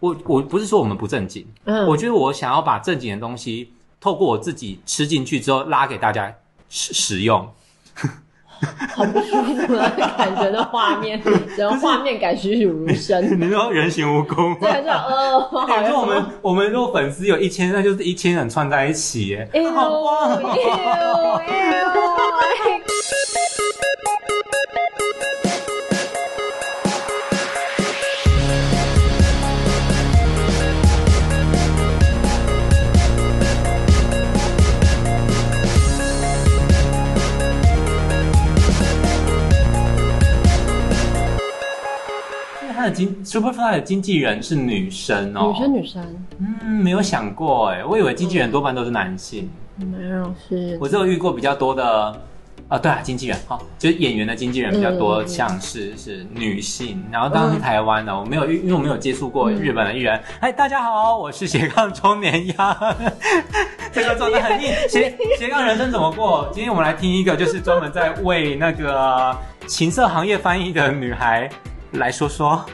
我我不是说我们不正经，嗯我觉得我想要把正经的东西透过我自己吃进去之后拉给大家使使用。很不舒服的感觉的 画面，整个画面感栩栩如生。 你说人形蜈蚣吗？对，就呃，好比如哎说我像们我们如果粉丝有一千，那就是一千人串在一起耶，哎呦好棒哦！哎呦哎呦因为他的经 Superfly 的经纪人是女生 哦，女生女生嗯，没有想过哎，我以为经纪人多半都是男性，没有是我只有遇过比较多的。啊，对啊，经纪人哈、哦，就是演员的经纪人比较多，嗯像是是女性，然后当然是台湾的，我没有遇，因为我没有接触过嗯日本的艺人。嗨、大家好，我是斜杠中年鸭， 这个做的很硬，斜斜杠人生怎么过？今天我们来听一个，就是专门在为那个情色行业翻译的女孩来说说。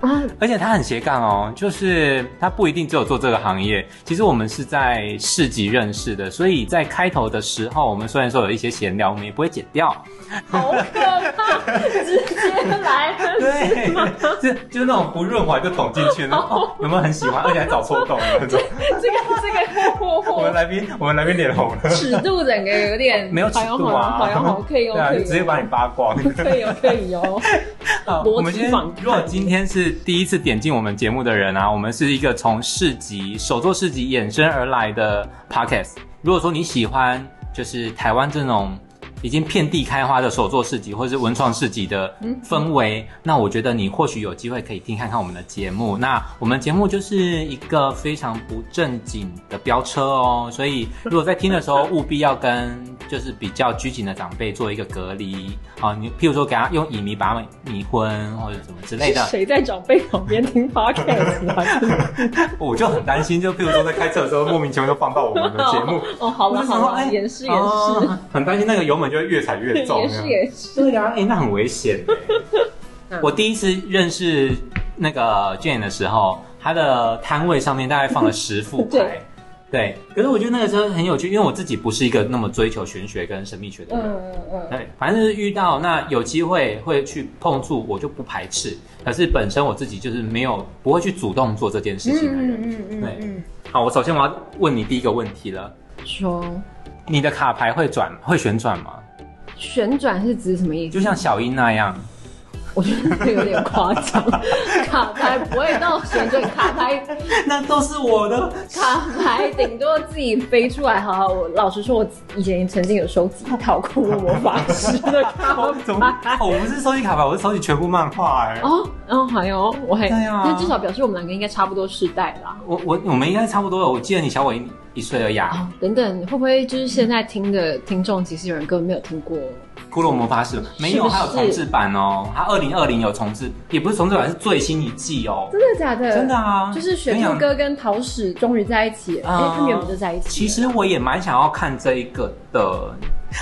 啊，而且他很斜杠哦，就是他不一定只有做这个行业。其实我们是在市集认识的，所以在开头的时候，我们虽然说有一些闲聊，我们也不会剪掉。好可怕，直接来了。对，就 就是那种不润滑就捅进去那种、 哦，有没有很喜欢？而且还找错洞的那种。这个这个嚯我们嚯嚯，来宾，我们来宾脸 红了，尺度整个有点没有尺度啊，好像好可以哦， 对啊，可就以哦，直接把你扒光。可以哦，可以 哦。好逻辑我们先反，叛如果今天是第一次点进我们节目的人啊，我们是一个从市集手作市集衍生而来的 podcast。如果说你喜欢就是台湾这种已经遍地开花的手作市集或者是文创市集的嗯氛围，那我觉得你或许有机会可以听看看我们的节目。那我们节目就是一个非常不正经的飙车哦，所以如果在听的时候务必要跟就是比较拘谨的长辈做一个隔离啊，你譬如说给他用乙醚把他们迷昏或者什么之类的是，谁在长辈旁边听 podcast 啊？我就很担心，就譬如说在开车的时候莫名其妙就放到我们的节目，哦， 好我了就想好说了，哎，演示演示，哦很担心那个油门就会越踩越重， 演这样示演示。对啊，哎、那很危险欸、 嗯我第一次认识那个 Jane 的时候，她的摊位上面大概放了十副牌 对。对，可是我觉得那个时候很有趣，因为我自己不是一个那么追求玄学跟神秘学的嗯人。嗯嗯。对，反正就是遇到那有机会会去碰触，我就不排斥。可是本身我自己就是没有不会去主动做这件事情的人。嗯嗯对嗯好，我首先我要问你第一个问题了，嗯，说你的卡牌会转会旋转吗？旋转是指什么意思？就像小樱那样？我觉得这有点夸 张，卡牌不会到旋转，卡牌 那都是我的卡牌顶多自己飞出来。好好，我老实说，我以前曾经有收集一套骷髅魔法师的卡怎么牌？。我不是收集卡牌，我是收集全部漫画哎、 哦，哦，还有，我还，对啊那至少表示我们两个应该差不多世代啦。我我我们应该差不多了。我记得你小我一一岁而已、啊。哦，等等，会不会就是现在听的听众，其实有人根本没有听过？骷髅魔法使没有，是不是还有重置版哦。它二零二零有重置，也不是重置版，是最新一季哦。真的假的？真的啊，就是雪跟你兔讲。哥跟桃矢终于在一起了，哎、啊他们原本就在一起了。其实我也蛮想要看这一个的。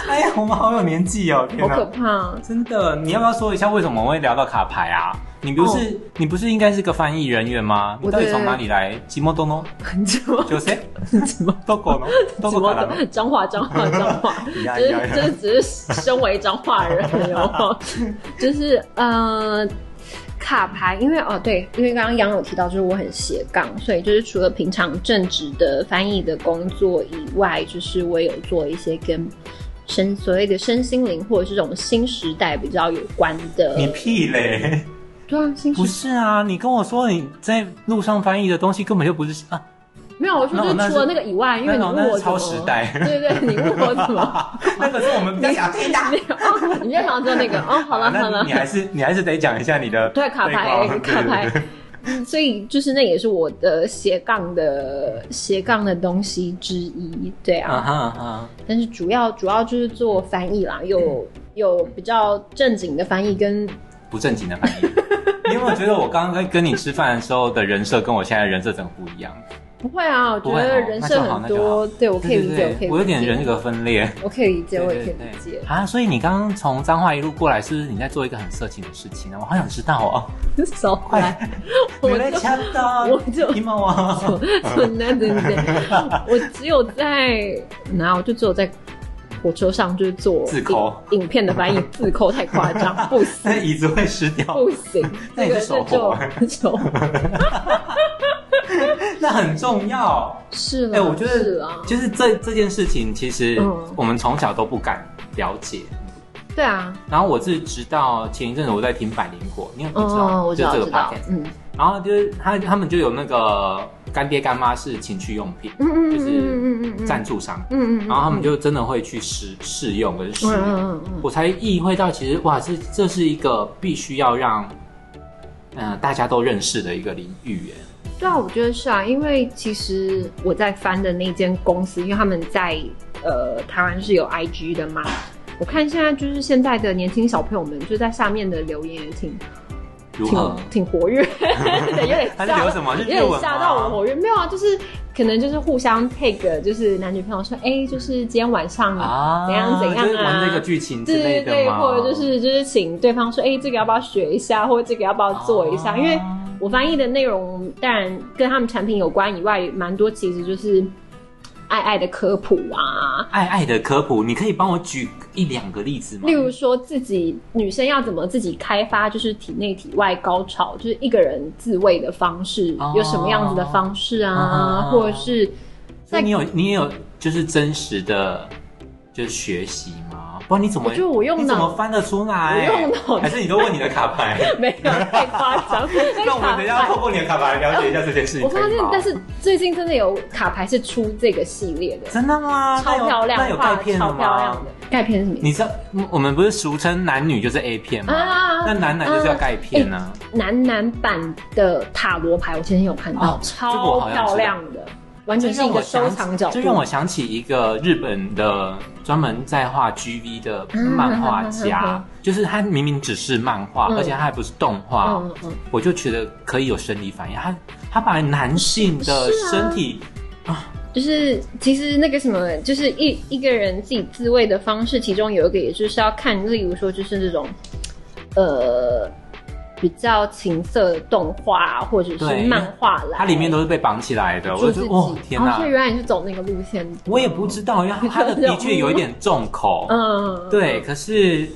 哎呀，我们好有年纪哦，天好可哪！怕、 啊。真的，你要不要说一下为什么我会聊到卡牌啊？你不是、你不是应该是个翻译人员吗？你我到底的从哪里来？吉莫多诺，很久，九谁？ 怎么多狗呢？多怎狗卡拉么 脏话脏话脏话，一就样是一样一样就是只是身为脏话人，然后就是呃卡牌，因为哦对，因为刚刚杨有提到，就是我很斜杠，所以就是除了平常正职的翻译的工作以外，就是我有做一些跟身所谓的身心灵或者是这种新时代比较有关 的，你屁嘞！对啊，新时不是啊，你跟我说你在路上翻译的东西根本就不是啊，没有，我说就那是是除了那个以外，因为那你种哦问我那是超怎么时代 对对，你问我怎么。那个是我们比较想听的。没有，哦你在想做那个哦，好了啊那好了你，还是你还是得讲一下你的对卡牌背光卡对牌对对嗯所以就是那也是我的斜杠的斜杠的东西之一，对啊啊，哈啊哈，但是主要主要就是做翻译啦，有嗯有比较正经的翻译跟不正经的 翻译。你有没有觉得我刚刚跟跟你吃饭的时候的人设跟我现在的人设真的不一样？不会啊，我觉得人设很多，对我可以理对解，我可以理解，我有点人格分裂。我可以理解，对我对也可以对理解。啊！所以你刚刚从彰化一路过来，是不是你在做一个很色情的事情呢？我好想知道哦。 少来，我原来就恰当我就你们我很难理解。我只有在哪，我就只有在火车上就是做自抠影影片的翻译，自抠太 夸张，不行那椅子会湿掉，不行，那你这是个这手活就欸 手那很重要。是哎、了，我觉是得啊，就是这这件事情，其实嗯我们从小都不敢了解。对啊，然后我是直到前一阵子我在听百灵果，你有你知道吗？哦，我知就道，这我个知道 podcast，，嗯然后就是他他们就有那个干爹干妈是情趣用品，嗯嗯就嗯嗯嗯嗯是嗯赞助商，嗯嗯，然后他们就真的会去试试用跟试嗯用。嗯嗯我才意会到，其实哇，这这是一个必须要让，呃，大家都认识的一个领域耶。嗯，对啊，我觉得是啊，因为其实我在翻的那间公司，因为他们在呃台湾是有 IG 的嘛，我看现在就是现在的年轻小朋友们就在下面的留言也挺如何挺？挺活 跃，对，有点他吓是留到，什么？是有日文点吗吓到我活跃。没有啊，就是可能就是互相 take，就是男女朋友说，哎、就是今天晚上啊，嗯怎样怎样啊就是玩这个剧情之对类对的对，吗？或者就是就是请对方说，哎、这个要不要学一下，或者这个要不要做一下？啊因为我翻译的内容当然跟他们产品有关以外，蛮多其实就是爱爱的科普啊。爱爱的科普，你可以帮我举一两个例子吗？例如嗯说，自己女生要怎么自己开发，就是体内体外高潮，就是一个人自慰的方式，哦有什么样子的方式啊，哦或者是所以你有你也有就是真实的就是学习吗？不然你怎么我觉得我用你怎么脑翻得出我来？用脑还是你都问你的卡牌？ 没有太夸张。 那我们等一下太夸张要透过你的卡牌了解一下这件事情。我发现可以吗，但是最近真的有卡牌是出这个系列的，真的吗？那超有漂亮，那有画钙得片超了漂吗亮的？钙片是什么？你知道嗯我们不是俗称男女就是 A 片吗？啊那男男就是要钙片啊呢、男男版的塔罗牌，我前天有看到，哦这个我超好像知道漂亮的，完这全是让一我个收想藏角起，度。这让我想起一个日本的专门在画 GV 的漫画嗯嗯嗯家嗯，就是他明明只是漫画，嗯而且他还不是动画，嗯嗯我就觉得可以有生理反应。他他把男性的是啊身体，嗯，就是其实那个什么，就是一一个人自己自慰的方式，其中有一个也就是要看，例如说就是这种，呃。比较情色的动画啊或者对是漫画啦，它里面都是被绑起来的，住我自就己，哦天哦哪所以！原来你是走那个路线，我也不知道，因为他的的确有一点重口，嗯，对，，可是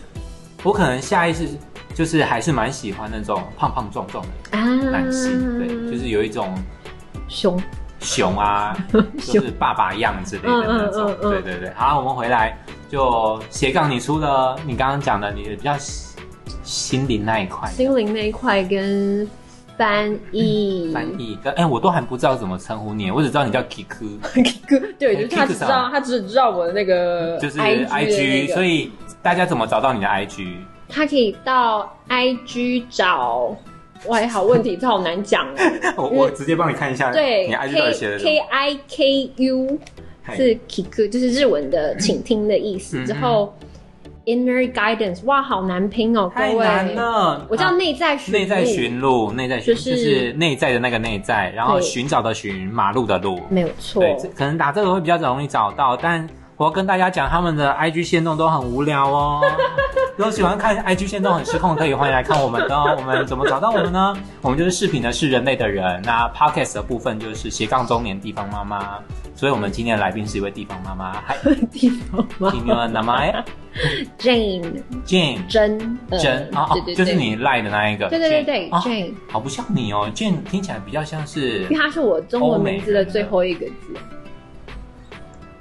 我可能下意识就是还是蛮喜欢那种胖胖壮壮的啊，男性，对，就是有一种熊，熊 啊，就是爸爸样之类的那种，嗯嗯嗯嗯对对对。好，我们回来就斜杠，你除了你刚刚讲的，你比较心心灵那一块。心灵那一块跟翻译，翻 译跟哎、我都还不知道怎么称呼你，我只知道你叫 Kiku，对，就是他哎只 Kick 知啥道，他只知道我的那个就是 IG，, 的那 IG，个所以大家怎么找到你的 IG？他可以到 IG 找。哇，好问题，这好难讲 哦。我我直接帮你看一下，对你 IG 到底写的，K 什 K 么？ I K U 嗨是 Kiku，就是日文 的请听的意思。嗯之后 Inner Guidance，哇，好难拼哦，各太位。难了，我叫内在寻路啊内在寻路，内在寻就是就是内在的那个内在，然后对寻找的寻，马路的路。没有错。对，这可能打这个会比较容易找到，但我要跟大家讲，他们的 IG 线动都很无聊 哦。如果喜欢看 IG 线动很失控，可以欢迎来看我们的、哦。我们怎么找到我们呢？我们就是视频的是人类的人，那 Podcast 的部分就是斜杠中年地方妈妈。所以我们今天的来宾是一位地方妈妈， 嗨，地方吗你们的麦 ？Jane Jane 真呃真啊，哦对对对，就是你赖的那一个，对对对对 Jane 啊 Jane，好不像你哦，Jane 听起来比较像是因为他是我中文名字的最后一个字，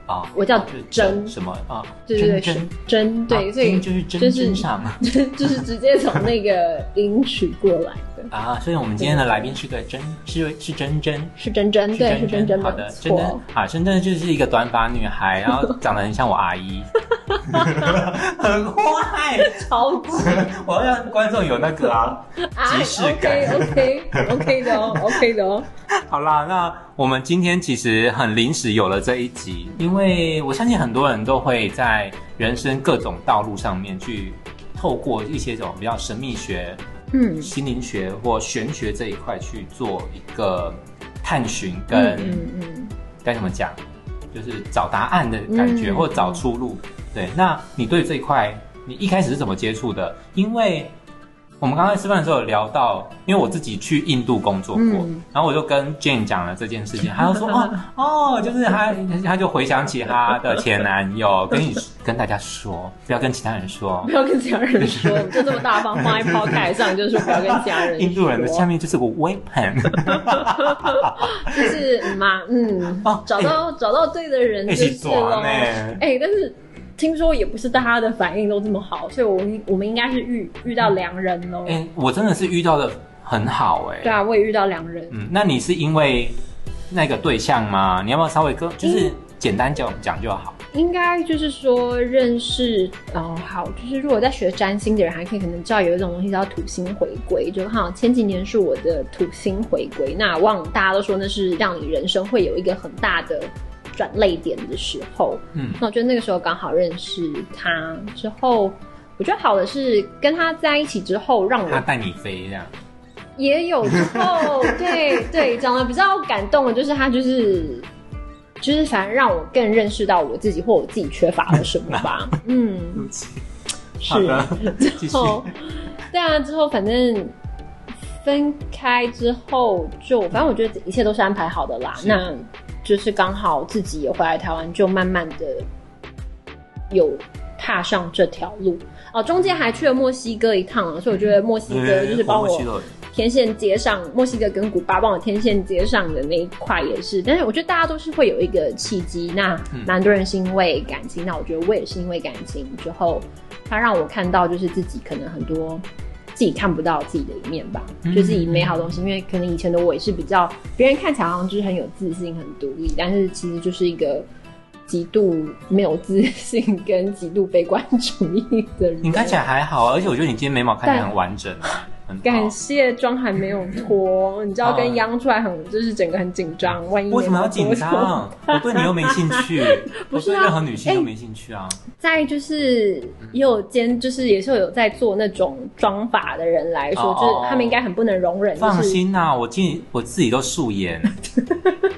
啊，我叫就是真什么啊？对对对，真是真真对，啊所以真就是真就是真上 就是直接从那个音取过来的，啊，所以我们今天的来宾是个真，是是真真。是真真，对，是真真，好的没，真真错。啊，真真就是一个短发女孩，然后长得很像我阿姨， 很坏。超级我要让观众有那个啊。啊即视感 OK OK OK 的哦，OK 的哦，好啦，那我们今天其实很临时有了这一集，因为我相信很多人都会在人生各种道路上面去透过一些这种比较神秘学嗯心灵学或玄学这一块去做一个探寻嗯跟嗯嗯，该怎么讲，就是找答案的感觉、嗯或找出路。对，那你对这一块，你一开始是怎么接触的？因为我们刚才吃饭的时候有聊到，因为我自己去印度工作过，嗯然后我就跟 Jane 讲了这件事情，他就说 哦哦，就是他他就回想起他的前男 友，跟你跟大家说，不要跟其他人说不，要跟家人说，我们就这么大方放在 p o d c a s 上，就是不要跟家人 说。印度人的下面就是个 weapon， 就是嗯嘛，嗯哦，找到找到对的人一就起是抓喽。呢。哎、但是听说也不是大家的反应都这么好，所以我们我们应该是遇遇到良人喽。哎、我真的是遇到的很好哎、对啊，我也遇到良人。嗯，那你是因为那个对象吗？你要不要稍微跟嗯就是简单讲讲就好？应该就是说认识，哦，好，就是如果在学占星的人，还可以可能知道有一种东西叫土星回归，就好像前几年是我的土星回归，那忘大家都说那是让你人生会有一个很大的转泪点的时候，嗯那我觉得那个时候刚好认识他之后，我觉得好的是跟他在一起之后，让他我带你飞这样，也有之后，对对，讲的比较感动的就是他就是。就是反而让我更认识到我自己或我自己缺乏了什么 吧。嗯，对不起，是好。的，继续。后，对啊，之后反正分开之后就，反正我觉得一切都是安排好的啦。是那就是刚好自己也回来台湾，就慢慢的有踏上这条路。哦，中间还去了墨西哥一趟啊，所以我觉得墨西哥就是帮我我天线接上，墨西哥跟古巴帮我天线接上的那一块也是。但是我觉得大家都是会有一个契机，那嗯蛮多人是因为感情，那我觉得我也是因为感情之后，它让我看到就是自己可能很多自己看不到自己的一面吧，嗯就自己美好的东西。因为可能以前的我也是比较，别人看起来好像就是很有自信、很独立，但是其实就是一个。极度没有自信跟极度悲观主义的人，你看起来还好啊，而且我觉得你今天眉毛看起来很完 整啊，很好感谢妆还没有脱，你知道啊跟央出来很就是整个很紧张，万一为什么要没有紧脱张？我对你又没兴趣，不是啊我对任何女性都没兴趣啊。 在就是也有兼就是也是有在做那种妆法的人来说，哦就是他们应该很不能容忍，放就是心啊呐、我进我自己都素 颜。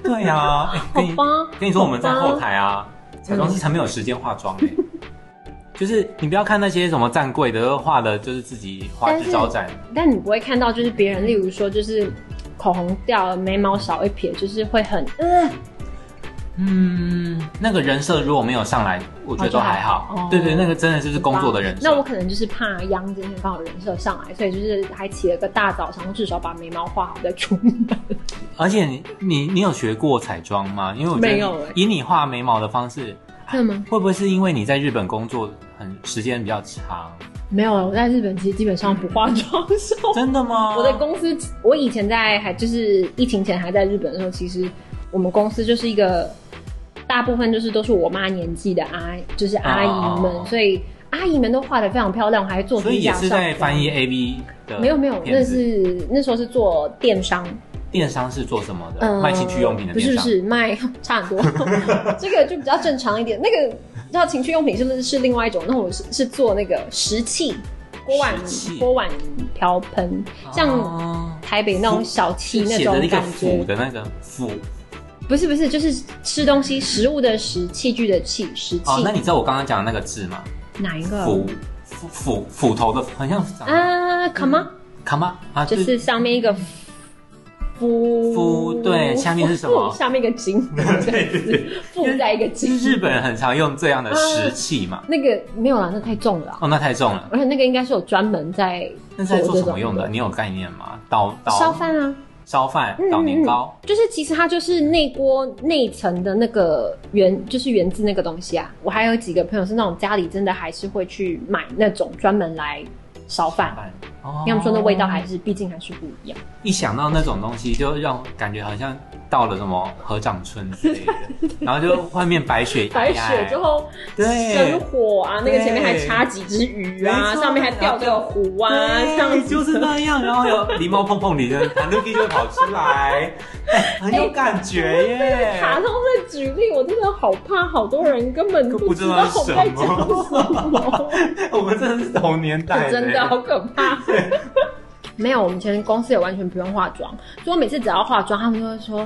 对呀、啊欸跟你好吧跟你说我们在好吧后台啊，嗯彩妆师才没有时间化妆哎、 就是你不要看那些什么站柜的画的，就是自己花枝招展，但你不会看到就是别人，例如说就是口红掉了，眉毛少一撇，就是会很呃，嗯，那个人设如果没有上来，我觉得都还好。哦就还好哦哦对对，那个真的就是工作的人设。那我可能就是怕央今天刚好人设上来，所以就是还起了个大早，想说至少把眉毛画好再出 门。而且你你你有学过彩妆吗？因为我觉得没有欸以你画眉毛的方式，真的吗会不会是因为你在日本工作很时间比较长？没有，我在日本其实基本上不化妆，所以真的吗？ 哦我的公司，我以前在还就是疫情前还在日本的时候，其实我们公司就是一个大部分就是都是我妈年纪的阿，就是阿姨们，哦所以阿姨们都画的非常漂亮，还做所以指也甲是上在翻译 A V 的，没有没有，那是那时候是做电商，电商是做什么的？嗯，呃卖情趣用品的不是电不商。是卖 差很多， 这个就比较正常一点。那个你知道情趣用品是不是是另外一种？那我是是做那个石器锅碗石器锅碗瓢盆，像哦台北那种小气那写种的那个感腐觉，的那个腐不是不是，就是吃东西食物的食，器具的器，食器、哦，那你知道我刚刚讲的那个字吗？哪一个腐腐腐斧头的，很像长啊？Come on，、看吗？啊，就是上面一个夫夫对下面是什么夫 下面一个 金，附在一个就是金。日本很常用这样啊的石器嘛。那个没有啦，那太重了啊、哦，那太重了。而且那个应该是有专门在那是在做这什种么用的？你有概念吗？捣捣烧饭啊，烧饭、捣年糕。就是其实它就是内锅内层的那个源，就是源自那个东西啊。我还有几个朋友是那种家里真的还是会去买那种专门来烧饭，饭哦跟他们说那味道还是毕竟还是不一样。一想到那种东西，就让我感觉好像到了什么合掌村之 类的，然后就外面白雪皑皑白雪之后对生火啊，那个对前面还插几只鱼啊，没错上面还吊着壶啊，这样对，子就是那样，然后有狸猫碰碰狸的，弹露地就跑出来，哎很有感觉卡耶。通在举例，我真的好怕，好多人根本不不知知道道是我在什讲么 什么。我们真的是同年代耶，真的好可 怕。没有，我们以前公司也完全不用化妆，所以我每次只要化妆，他们都会说：“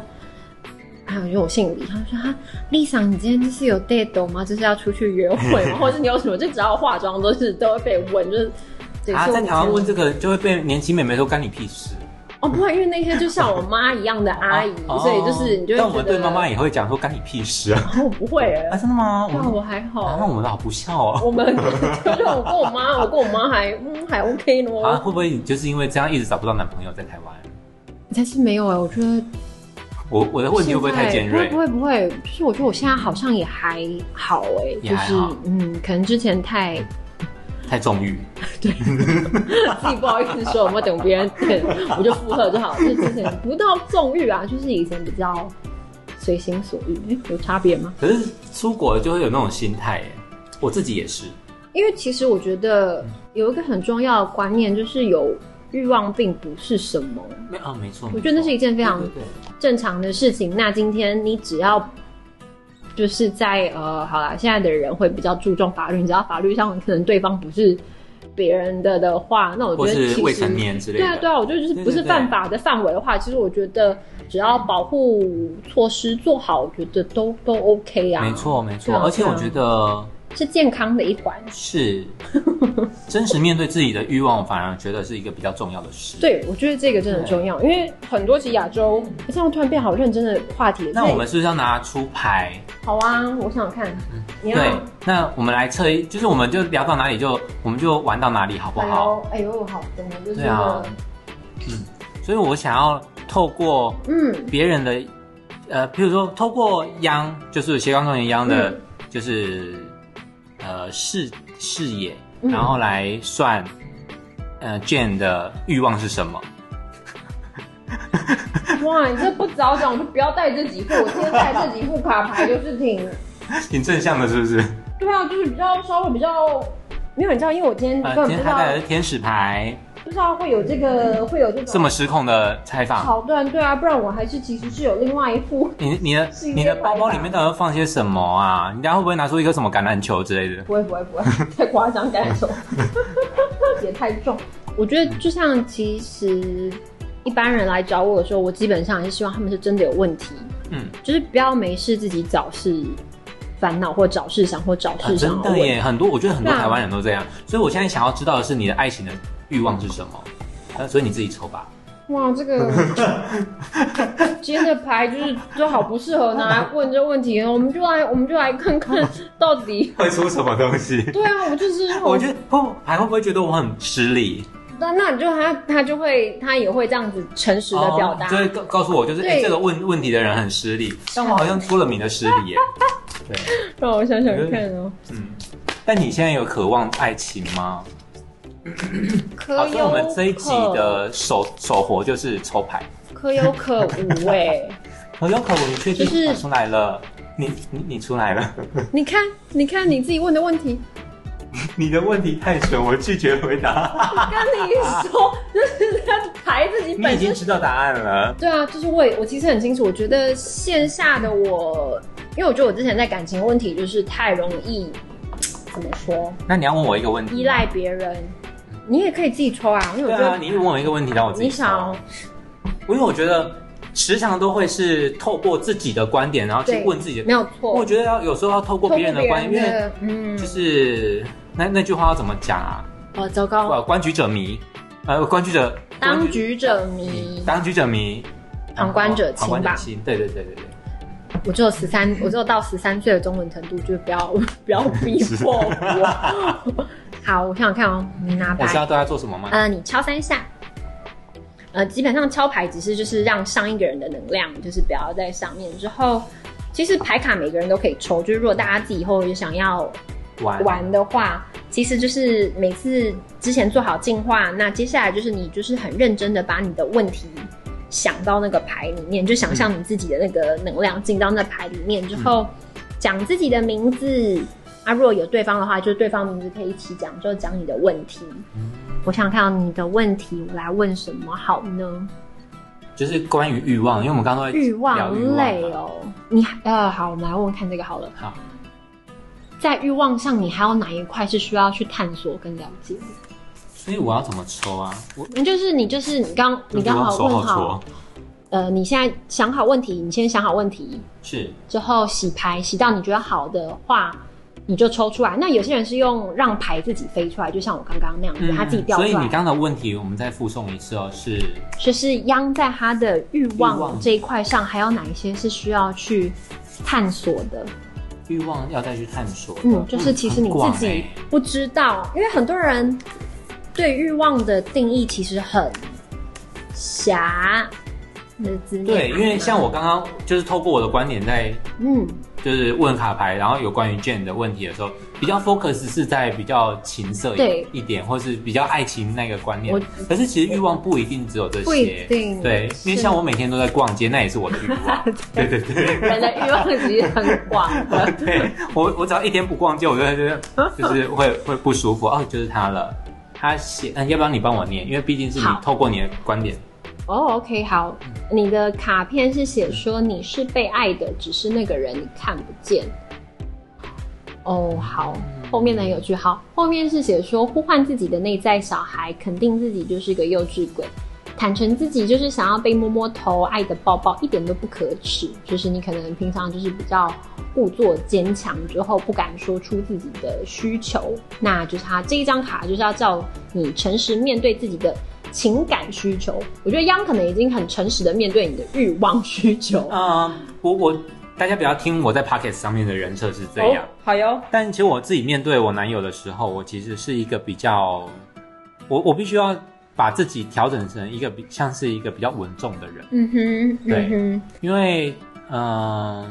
啊，还有就我姓李，他就说啊，丽桑，你今天就是有 date 吗？就是要出去约会 吗？或者是你有什么？就只要化妆都是都会被问，就是。对啊，所以在我台湾觉得问这个就会被年轻妹妹说干你屁事。哦，不会，因为那些就像我妈一样的阿姨， 哦所以就是你就会但我觉们得对妈妈也会讲说干你屁事啊！哦，我不会耶，啊，真的吗？我那们我还啊，那好。我们好不孝哦。我们 就是我跟我妈，我跟我妈还嗯还 OK 呢。啊，会不会你就是因为这样一直找不到男朋友在台湾？但是没有哎，我觉得我我的问题会不会太尖锐不？会不会，不会就是我觉得我现在好像也还好哎、也就还是好嗯，可能之前太 太纵欲？自己不好意思说，我们等别人点，我就附和 就好。就是之前不到纵欲啊，就是以前比较随心所欲，哎有差别吗？可是出国就会有那种心态耶，我自己也是。因为其实我觉得有一个很重要的观念，就是有欲望并不是什么，没啊，没错。我觉得那是一件非常没错对对正常的事情。那今天你只要就是在呃，好啦，现在的人会比较注重法律，你知道法律上可能对方不是别人的的话，那我对或觉得其是实未成年之类对啊的。对啊，我觉得就是不对对是对犯法的范围的话，其实我觉得只要保护措施做好，我觉得都都 OK 啊，没，错没错。对啊而且对啊我觉得是健康的一环。 是真实面对自己的欲望，我反而觉得是一个比较重要的事。对，我觉得这个真的很重要，因为很多其实亚洲，这样突然变好认真的话题了。那我们是不是要拿出牌？好啊，我想看，你要对，那我们来测一，就是我们就聊到哪里就我们就玩到哪里，好不哎好？呦，哎呦，好，真的就是对啊，嗯，所以我想要透过嗯，别人的，呃，比如说透过央，就是斜杠中年央的，嗯就是呃视视野，嗯然后来算，呃，Jane 的欲望是什么？哇，你这不早讲，我就不要带这几副，我今天带这几副卡牌就是 挺， 挺正向的，是不是？对啊，就是比较稍微比较。没有，你知道，因为我今天根呃，本今天不知他道，带的是天使牌，不知道会有这个，会有这种这么失控的采访。好段，对啊，不然我还是其实是有另外一副，你你的是一些你的包包里面到底会放些什么啊？你等下会不会拿出一个什么橄榄球之类的？不会不会不会， 太夸张，感 受也太重。我觉得就像其实一般人来找我的时候，我基本上也是希望他们是真的有问题，嗯，就是不要没事自己找事烦恼或找事想或找啊事想、真的耶，很多我觉得很多对啊台湾人都这样，所以我现在想要知道的是你的爱情的欲望是什么。呃，所以你自己抽吧。哇，这 个今天的牌就是就好不适合拿来问这问题，我们就来我们就来看看到底。 会出什么东西？ 对啊，我就是 我觉得会还会不会觉得我很失礼？那那你就他他就会他也会这样子诚实的表达，哦就会告告诉我，就是哎、对这个问问题的人很失礼，但我好像出了名的失礼 耶。对，让我想想看哦。嗯。但你现在有渴望爱情吗？可好，所有以可我们这一集的手手活就是抽牌。可有可无哎、可有可无，你确定就是啊出来了？你你 你出来了？你看，你看你自己问的问 题， 你的问题太蠢，我拒绝回答。跟你说， 就是他抬自己 你本已经知身。道答案了，对啊，就是我也我其实很清楚，我觉得线下的我，因为我觉得我之前在感情问题就是太容易怎么说那你要问我一个问题吗。依赖别人，你也可以自己抽啊，因为对我觉得、啊，你问我一个问题，让我自己你想抽啊哦。因为我觉得时常都会是透过自己的观点，然后去对问自己没的。有我错，觉得要有时候要透过别人的观点，因为的嗯就是那那句话要怎么讲啊？哦糟糕，呃，观局者迷，呃，观局者当局者迷。当局者迷，旁观者清吧旁观者清。对对对对对。我只有十三，我只有到十三岁的中文程度，就不要 不要逼迫我。 好，我想想看哦，你拿我知道牌，大家做什么吗？呃，你敲三下。呃，基本上敲牌只是就是让上一个人的能量就是不要在上面。之后，其实牌卡每个人都可以抽，就是如果大家自己以后也想要玩呃玩的话，其实就是每次之前做好进化，那接下来就是你就是很认真的把你的问题想到那个牌里面，就想象你自己的那个能量进到那牌里面之后，讲自己的名字。啊，如果有对方的话，就对方名字可以一起讲，就讲你的问题。我想看到你的问题，我来问什么好呢？就是关于欲望，因为我们刚刚都在欲聊望欲望类嘛哦，你还呃好，我们来问问看这个好了。好，在欲望上，你还有哪一块是需要去探索跟了解的？所以我要怎么抽啊？我哦你就是你就是你刚你刚好问好，呃，你现在想好问题，你先想好问题是之后洗牌，洗到你觉得好的话，你就抽出来。那有些人是用让牌自己飞出来，就像我刚刚那样子，他自己掉出嗯所来。以你刚才的问题，我们再附送一次哦，是就是央在他的欲欲望望这一块上，还有哪一些是需要去探索的？欲望要再去探索的。嗯，就是其实你很广自己欸不知道，因为很多人对欲望的定义其实很狭。那字面对，因为像我，我刚刚就是透过我的观点在嗯，就是问卡牌，然后有关于 Jane 的问题的时候，比较 focus 是在比较情色对一点，或是比较爱情那个观念我。可是其实欲望不一定只有这不一些，定对，因为是像我每天都在逛街，那也是我的欲 望。对对对。人的欲望其实很广的。对我，我只要一天不逛街，我就会觉得就是会会不舒服。哦，就是他了，他写，嗯，要不要你帮我念？因为毕竟是你好透过你的观点， 哦、o k 好，你的卡片是写说你是被爱的，只是那个人你看不见。哦、好，后面呢很有句号，后面是写说呼唤自己的内在小孩，肯定自己就是个幼稚鬼，坦诚自己就是想要被摸摸头，爱的抱抱，一点都不可耻。就是你可能平常就是比较故作坚强，之后不敢说出自己的需求，那就是他这一张卡就是要叫你诚实面对自己的情感需求。我觉得央可能已经很诚实的面对你的欲望需求。嗯，我我大家不要听我在 Pocket 上面的人设是这样，哦，好哟，但其实我自己面对我男友的时候，我其实是一个比较，我我必须要把自己调整成一个比像是一个比较稳重的人，嗯哼，对嗯因为嗯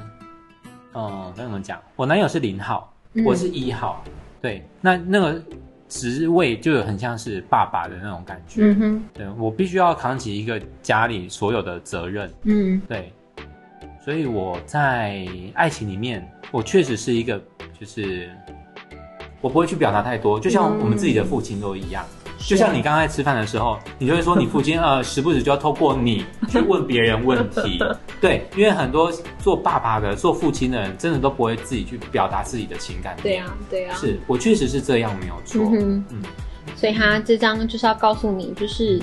嗯该怎么讲，我男友是零号，嗯我是一号，对，那那个职位就很像是爸爸的那种感哼，觉，嗯哼，对我必须要扛起一个家里所有的责任，嗯对，所以我在爱情里面，我确实是一个，就是我不会去表达太多，就像我们自己的父亲都一样。嗯就像你刚才吃饭的时候，你就会说你父亲呃，时不时就要透过你去问别人问 题，对，因为很多做爸爸的、做父亲的人，真的都不会自己去表达自己的情感。对，啊，对 啊，是我确实是这样，没有错嗯。哼，嗯所以他这张就是要告诉你，就是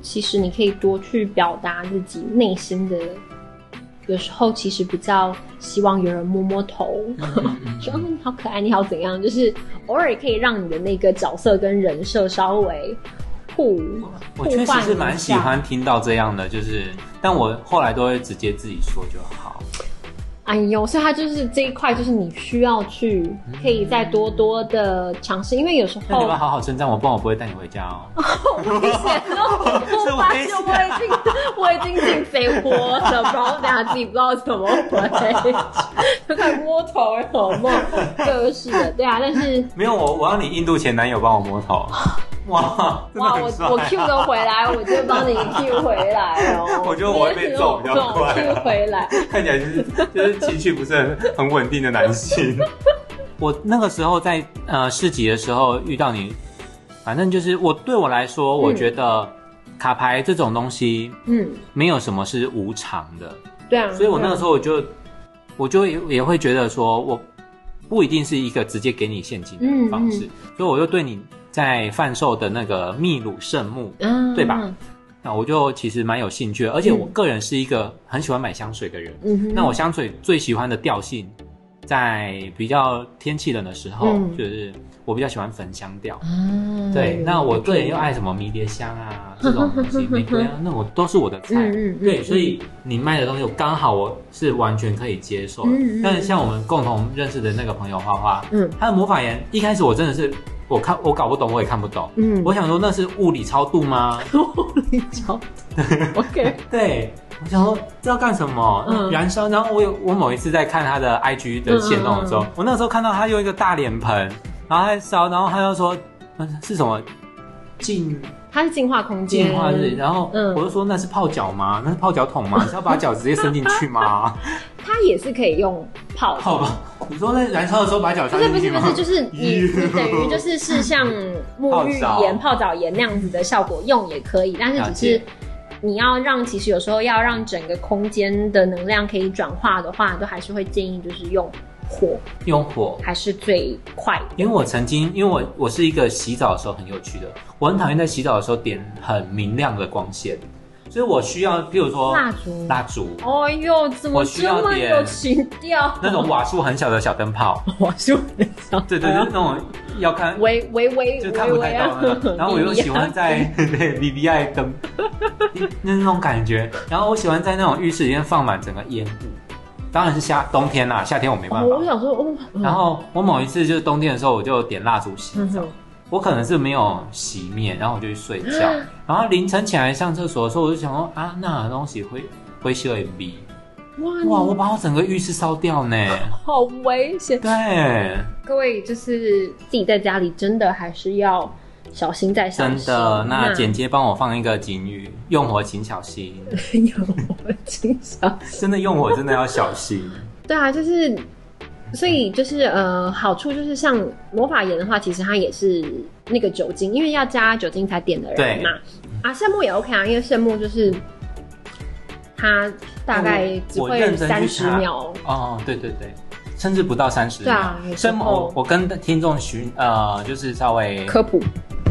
其实你可以多去表达自己内心的。有时候其实比较希望有人摸摸头，嗯 嗯说嗯你好可爱，你好怎样，就是偶尔也可以让你的那个角色跟人设稍微互我互确实换是一蛮喜下欢听到这样的，就是，但我后来都会直接自己说就好。哎呦，所以它就是这一块，就是你需要去，可以再多多的尝试，因为有时那你候们好好称赞我，不然我不会带你回家哦。 危险哦，我发现我已经我已经进贼窝了，然后等下自己不知道怎么回，就开始摸头什么，就是的，对啊，但是没有我，我要你印度前男友帮我摸 头。哇，真的哇，很我帅我 Q 都回来，我就帮你 Q 回来哦，我觉得我会被揍比较快啊 Q 回来， 看起来就是就是情绪不是很很稳定的男 性。我那个时候在呃市集的时候遇到你，反正就是我对我来说，我觉得卡牌这种东西嗯，没有什么是无常的。对啊，所以我那个时候候我就，我就也也会觉得说，我不一定是一个直接给你现金嗯的方式，所以我就对你在贩售的那个秘鲁圣木，啊，对吧？那我就其实蛮有兴趣的，而且我个人是一个很喜欢买香水的人，嗯哼，那我香水最喜欢的调性，在比较天气冷的时候，嗯就是我比较喜欢焚香调。啊，对，那我个人又爱什么迷迭香 啊这种东西，玫瑰啊，那我都是我的菜。嗯嗯嗯对，所以你卖的东西我刚好我是完全可以接受的。嗯嗯嗯但是像我们共同认识的那个朋友花花，嗯她的魔法盐一开始我真的是我看我搞不懂，我也看不懂。嗯我想说那是物理超度吗？你找 OK，对，我想说这要干什么？嗯燃烧。然后我有我某一次在看他的 IG 的线动的时候，嗯我那时候看到他用一个大脸盆，然后他在烧，然后他就说嗯是什么净它是净化空间，净化日，然后嗯我就说那是泡脚吗？那是泡脚桶吗？是要把脚直接伸进去吗？ 它也是可以用泡的。好吧，你说那燃烧的时候把脚不伸是不进去是吗？不是，就是你你 咦等于就是是像沐浴泡盐、澡泡澡盐那样子的效果用也可以，但是只了是解你要让其实有时候要让整个空间的能量可以转化的话，都还是会建议就是用火用火。还是最快的。因为我曾经，因为我我是一个洗澡的时候很有趣的，我很讨厌在洗澡的时候点很明亮的光线，就是我需要，譬如说蜡烛蜡烛哦呦，怎么哦我需要这么点有情调？那种瓦数很小的小灯泡， 我就对对，嗯就是那种要看微微微就看微不微太啊到那种，然后我又喜欢在 对 V V I 灯，那那种感觉。然后我喜欢在那种浴室里面放满整个烟雾，当然是夏冬天啦，夏天我没办 哦，我法。想说，哦，然后我某一次就是冬天的时候，我就点蜡烛洗嗯澡，哼我可能是没有洗面，然后我就去睡觉，嗯然后凌晨起来上厕所的时候，我就想说啊，那东西会会修 M V，哇，哇，我把我整个浴室烧掉呢，你好危险！对。各位就是自己在家里真的还是要小心再小真心。的，那嗯剪接帮我放一个警语：用火请小心。有我经常真的用火真的要小心。对啊，就是所以就是呃，好处就是像魔法盐的话，其实它也是那个酒精，因为要加酒精才点的人嘛。啊，圣木也 OK 啊，因为圣木就是它大概只我我会认真三去十查秒。哦，对对对，甚至不到三十对啊秒。有时生候我我跟听众询呃，就是稍微科普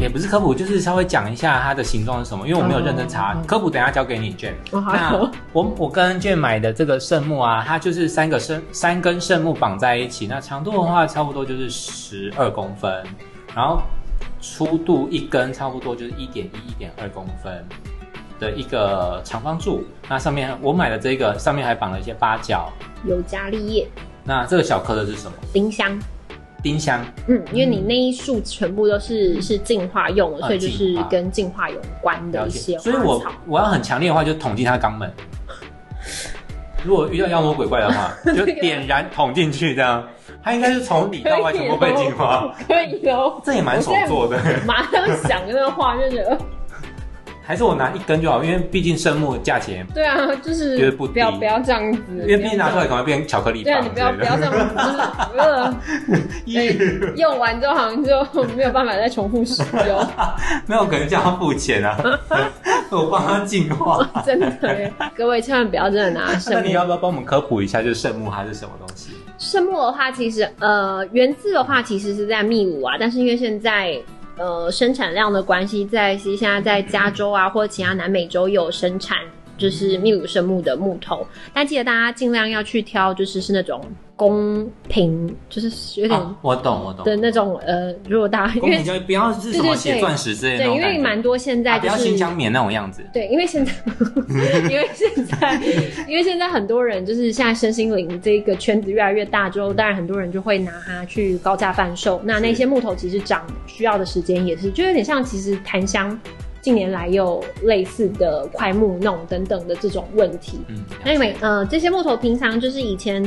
也不是科普，就是稍微讲一下它的形状是什么，因为我没有认真查。哦科普等一下交给你卷。哦好那我我跟卷买的这个圣木啊，它就是三个圣三根圣木绑在一起，那长度的话差不多就是十二公分，然后粗度一根差不多就是一点一一点二公分。的一个长方柱，那上面我买的这个上面还绑了一些八角。有加利叶、那这个小颗的是什么？丁香，丁香。嗯，因为你那一束全部都是是净化用的，嗯啊所以就是净化跟净化有关的了一些解。花所以我草。 我要很强烈的话，就捅进他肛门。如果遇到妖魔鬼怪的 话，就点燃捅进去，这样它应该是从里到外全部被净 化，可以哦，这也蛮手做的。马上想那个画面觉得， 还是我拿一根就好，因为毕竟圣木价钱，对啊，就是觉得不低不要不要这样子，因为毕竟拿出来可能会变巧克力对啊，棒你之不要类不要的。这样子，就是呃， 咦 用完之后好像就没有办法再重复使用，没有，可能叫他付钱啊， 我帮他净 化。真的耶。各位千万不要真的拿那圣你木。要不要帮我们科普一下，就是圣木它是什么东西？圣木的话，其实呃，源自的话其实是在秘鲁啊，但是因为现在呃生产量的关系，在其实现在在加州啊或者其他南美洲有生产。就是秘鲁圣木的木头，但记得大家尽量要去挑，就是是那种公平，就是有点啊，我懂，我懂。的那种呃，如果大家因公平为交易不要是什么写钻石之类的对，那种因感为觉，蛮多现在啊就不要是新疆棉那种样子。对，因为现在因为现在因为现在很多人就是现在身心灵这个圈子越来越大之后，当然很多人就会拿它去高价贩售。那那些木头其实长需要的时间也是，就有点像其实檀香近年来有类似的块木弄等等的这种问题。嗯，那因为呃，这些木头平常就是以前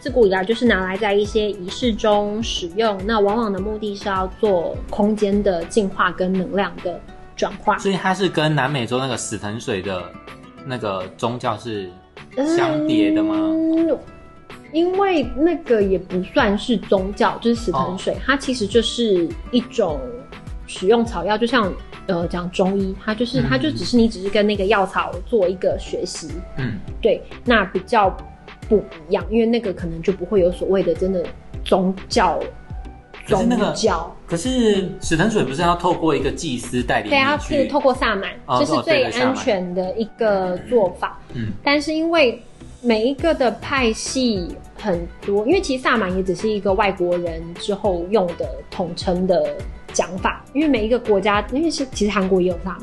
自古以来就是拿来在一些仪式中使用，那往往的目的是要做空间的净化跟能量的转化。所以它是跟南美洲那个死藤水的那个宗教是相叠的吗？嗯因为那个也不算是宗教，就是死藤哦水，它其实就是一种使用草药，就像呃讲中医，它就是、它就嗯只是你只是跟那个药草做一个学习，嗯，对，那比较不一样，因为那个可能就不会有所谓的真的宗教。可是宗那个教，可是死藤水不是要透过一个祭司带领对，它你可以去透？过萨满，哦这是哦最对对萨安满全的一个做法。嗯，但是因为每一个的派系很多，因为其实萨满也只是一个外国人之后用的统称的讲法，因为每一个国家，因为是其实韩国也有萨满，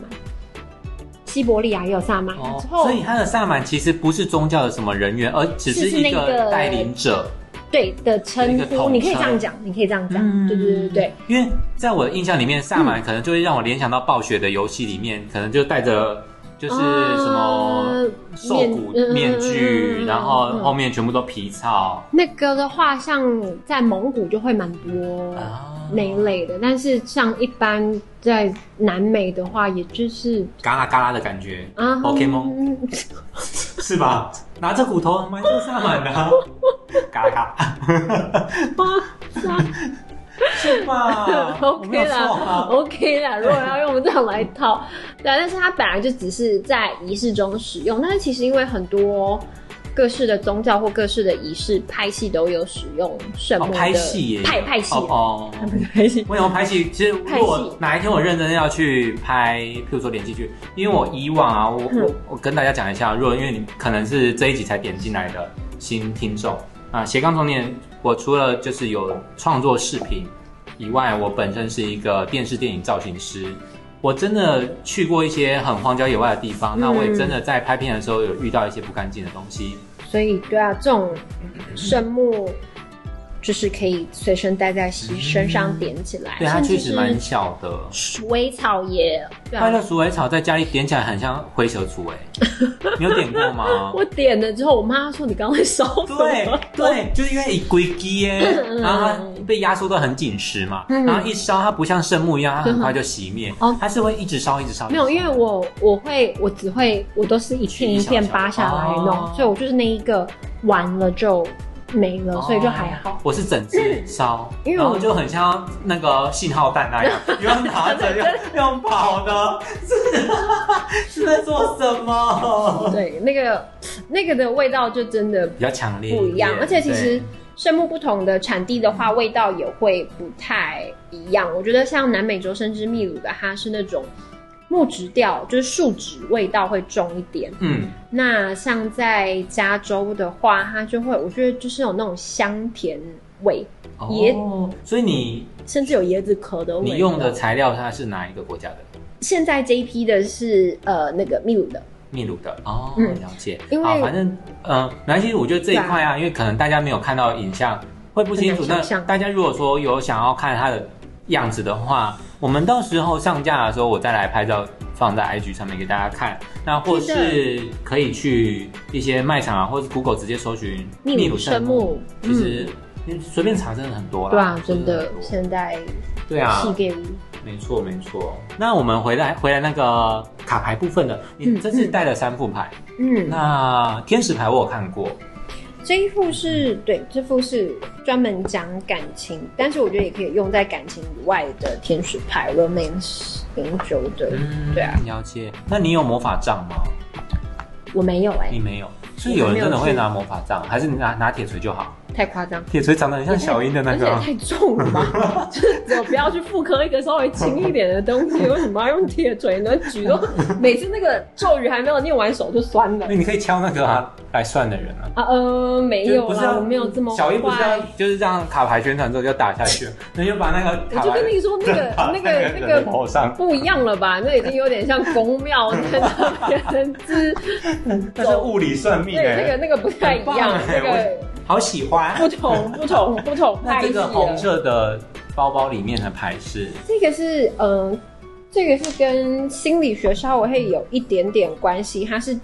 西伯利亚也有萨满，哦之，后所以它的萨满其实不是宗教的什么人员，而只是是一那个个带领者。对的称一个呼，统你可以这样称讲，你可以这样讲，嗯对对对对。因为在我的印象里面，萨满可能就会让我联想到暴雪的游戏里面，可能就带着就是什么呃兽骨面面嗯嗯嗯嗯具，嗯然后后面全部都皮草那个的话，像在蒙古就会蛮多啊那一类的，但是像一般在南美的话，也就是嘎啦嘎啦的感觉啊，Pokemon 嗯是吧？拿着骨头埋着萨满的啊， 嘎啦 嘎，是吧我没 OK 有错啦啊。 ，OK 啦。如果要用这样来套，对啊，但是它本来就只是在仪式中使用，但是其实因为很多各式的宗教或各式的仪式，拍戏都有使用圣母哦的、拍戏耶，派派戏、哦哦。拍戏为什么拍戏？其实如果哪一天我认真要去拍，譬如说连续剧，因为我以往啊，我嗯我我跟大家讲一下，如果因为你可能是这一集才点进来的新听众啊，斜杠中年，我除了就是有创作视频以外，我本身是一个电视电影造型师。我真的去过一些很荒郊野外的地方，那我也真的在拍片的时候有遇到一些不干净的东西。 所以对啊，这种圣木就是可以随身带在其身上点起来，嗯对，它甚确至实是蛮小的。鼠尾草也对快啊。乐鼠尾草在家里点起来很像灰蛇鼠 尾，你有点过吗？我点了之后，我妈说你刚刚在烧什对么？对，就是因为以规矩耶，然后它被压缩到很紧实嘛，嗯然后一烧它不像圣木一样，它很快就熄灭嗯哦，它是会一直烧一直烧。没有，一直因烧为我我会我只会我都是一片一片扒下来弄，哦所以我就是那一个完了就没了，哦所以就还好。我是整只烧，因为然后我就很像那个信号弹 那样，用拿着用用跑的，是是在做什么？对，那个那个的味道就真的比较强烈，不一样，而且其实对圣木不同的产地的话，味道也会不太一样。我觉得像南美洲甚至秘鲁的，它是那种木质调，就是树脂味道会重一点。嗯，那像在加州的话，它就会，我觉得就是有那种香甜味，哦椰所以你甚至有椰子壳的味道。你用的材料它是哪一个国家的？现在这一批的是呃那个秘鲁的，秘鲁的哦，嗯了解。因为好，反正嗯，呃没关系，我觉得这一块啊，因为可能大家没有看到影像，会不清楚。很难那想象大家如果说有想要看它的样子的话，我们到时候上架的时候，我再来拍照放在 IG 上面给大家看。那或是可以去一些卖场啊，或是 Google 直接搜寻秘鲁圣木秘鲁圣木其实你随便查真的很多啦。对啊，真很的多现在对啊，系列没错没错。那我们回来回来那个卡牌部分的，你嗯这次嗯带了三副牌。嗯，那天使牌我有看过，这一副是对，这副是专门讲感情，但是我觉得也可以用在感情以外的天使牌 romance 零九的。嗯对啊，了解。那你有魔法杖吗？我没有哎、你没有，所以有人真的会拿魔法杖，还是你拿拿铁锤就好？太夸张，铁锤长得很像小樱的那而且个也啊，太重 了吧？就是我不要去妇科一个稍微轻一点的东西，为什么要用铁锤呢？举都每次那个咒语还没有念完，手就酸了那。你可以敲那个啊来算的人啊。啊呃，没就是有不是啦，要我没有这么小樱不是要坏。就是这样卡牌宣传之后就打下去，那就把那个我卡就牌跟你说，那个 打在那个那个人头上。不一样了吧？那已经有点像宫庙在那 边之，那是物理算命对，那个哎，那个不太一很棒样欸，那个好喜欢。不同不同不同那派这系个红的。色的包包里面的牌是这个是嗯、呃这个是跟心理学稍微会有一点点关系，它是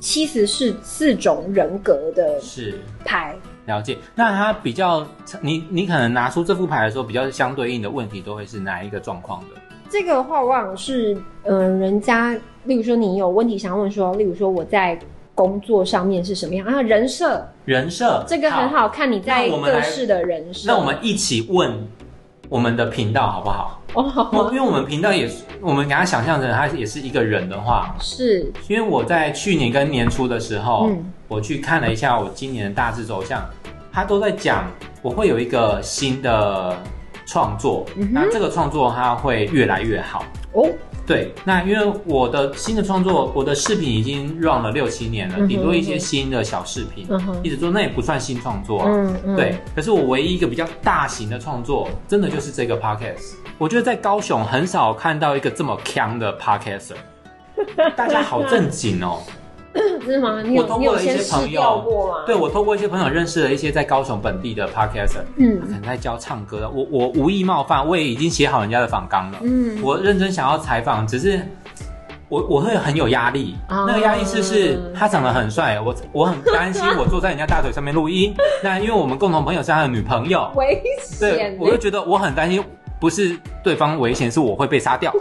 七十是四种人格的是牌。了解，那它比较，你你可能拿出这副牌的时候，比较相对应的问题都会是哪一个状况的？这个的话往往是，嗯、人家，例如说你有问题想要问说，例如说我在工作上面是什么样啊？人设人设哦这个很。好看，你在那我们来各式的人设。那我们一起问我们的频道好不好？哦，好我因为我们频道也是，我们给他想象成他也是一个人的话，是因为我在去年跟年初的时候，嗯我去看了一下我今年的大致走向，他都在讲我会有一个新的创作，嗯哼那这个创作它会越来越好。哦，对，那因为我的新的创作，我的视频已经 run 了六七年嗯了，哼顶多一些新的小视频嗯哼一直做，那也不算新创作啊。嗯嗯，对，可是我唯一一个比较大型的创作，真的就是这个 podcast。我觉得在高雄很少看到一个这么强的 podcaster，大家好正经 哦。真的吗？嗯你我有通你过有了一些先朋试友掉过吗？对，我透过一些朋友认识了一些在高雄本地的 podcaster，可嗯能在教唱歌的。我我无意冒犯，我也已经写好人家的访纲了。嗯，我认真想要采访，只是我我会很有压力。啊那个压力是是他长得很帅，我我很担心我坐在人家大腿上面录音。那因为我们共同朋友是他的女朋友，危对险，我就觉得我很担心，不是对方危险，是我会被杀掉。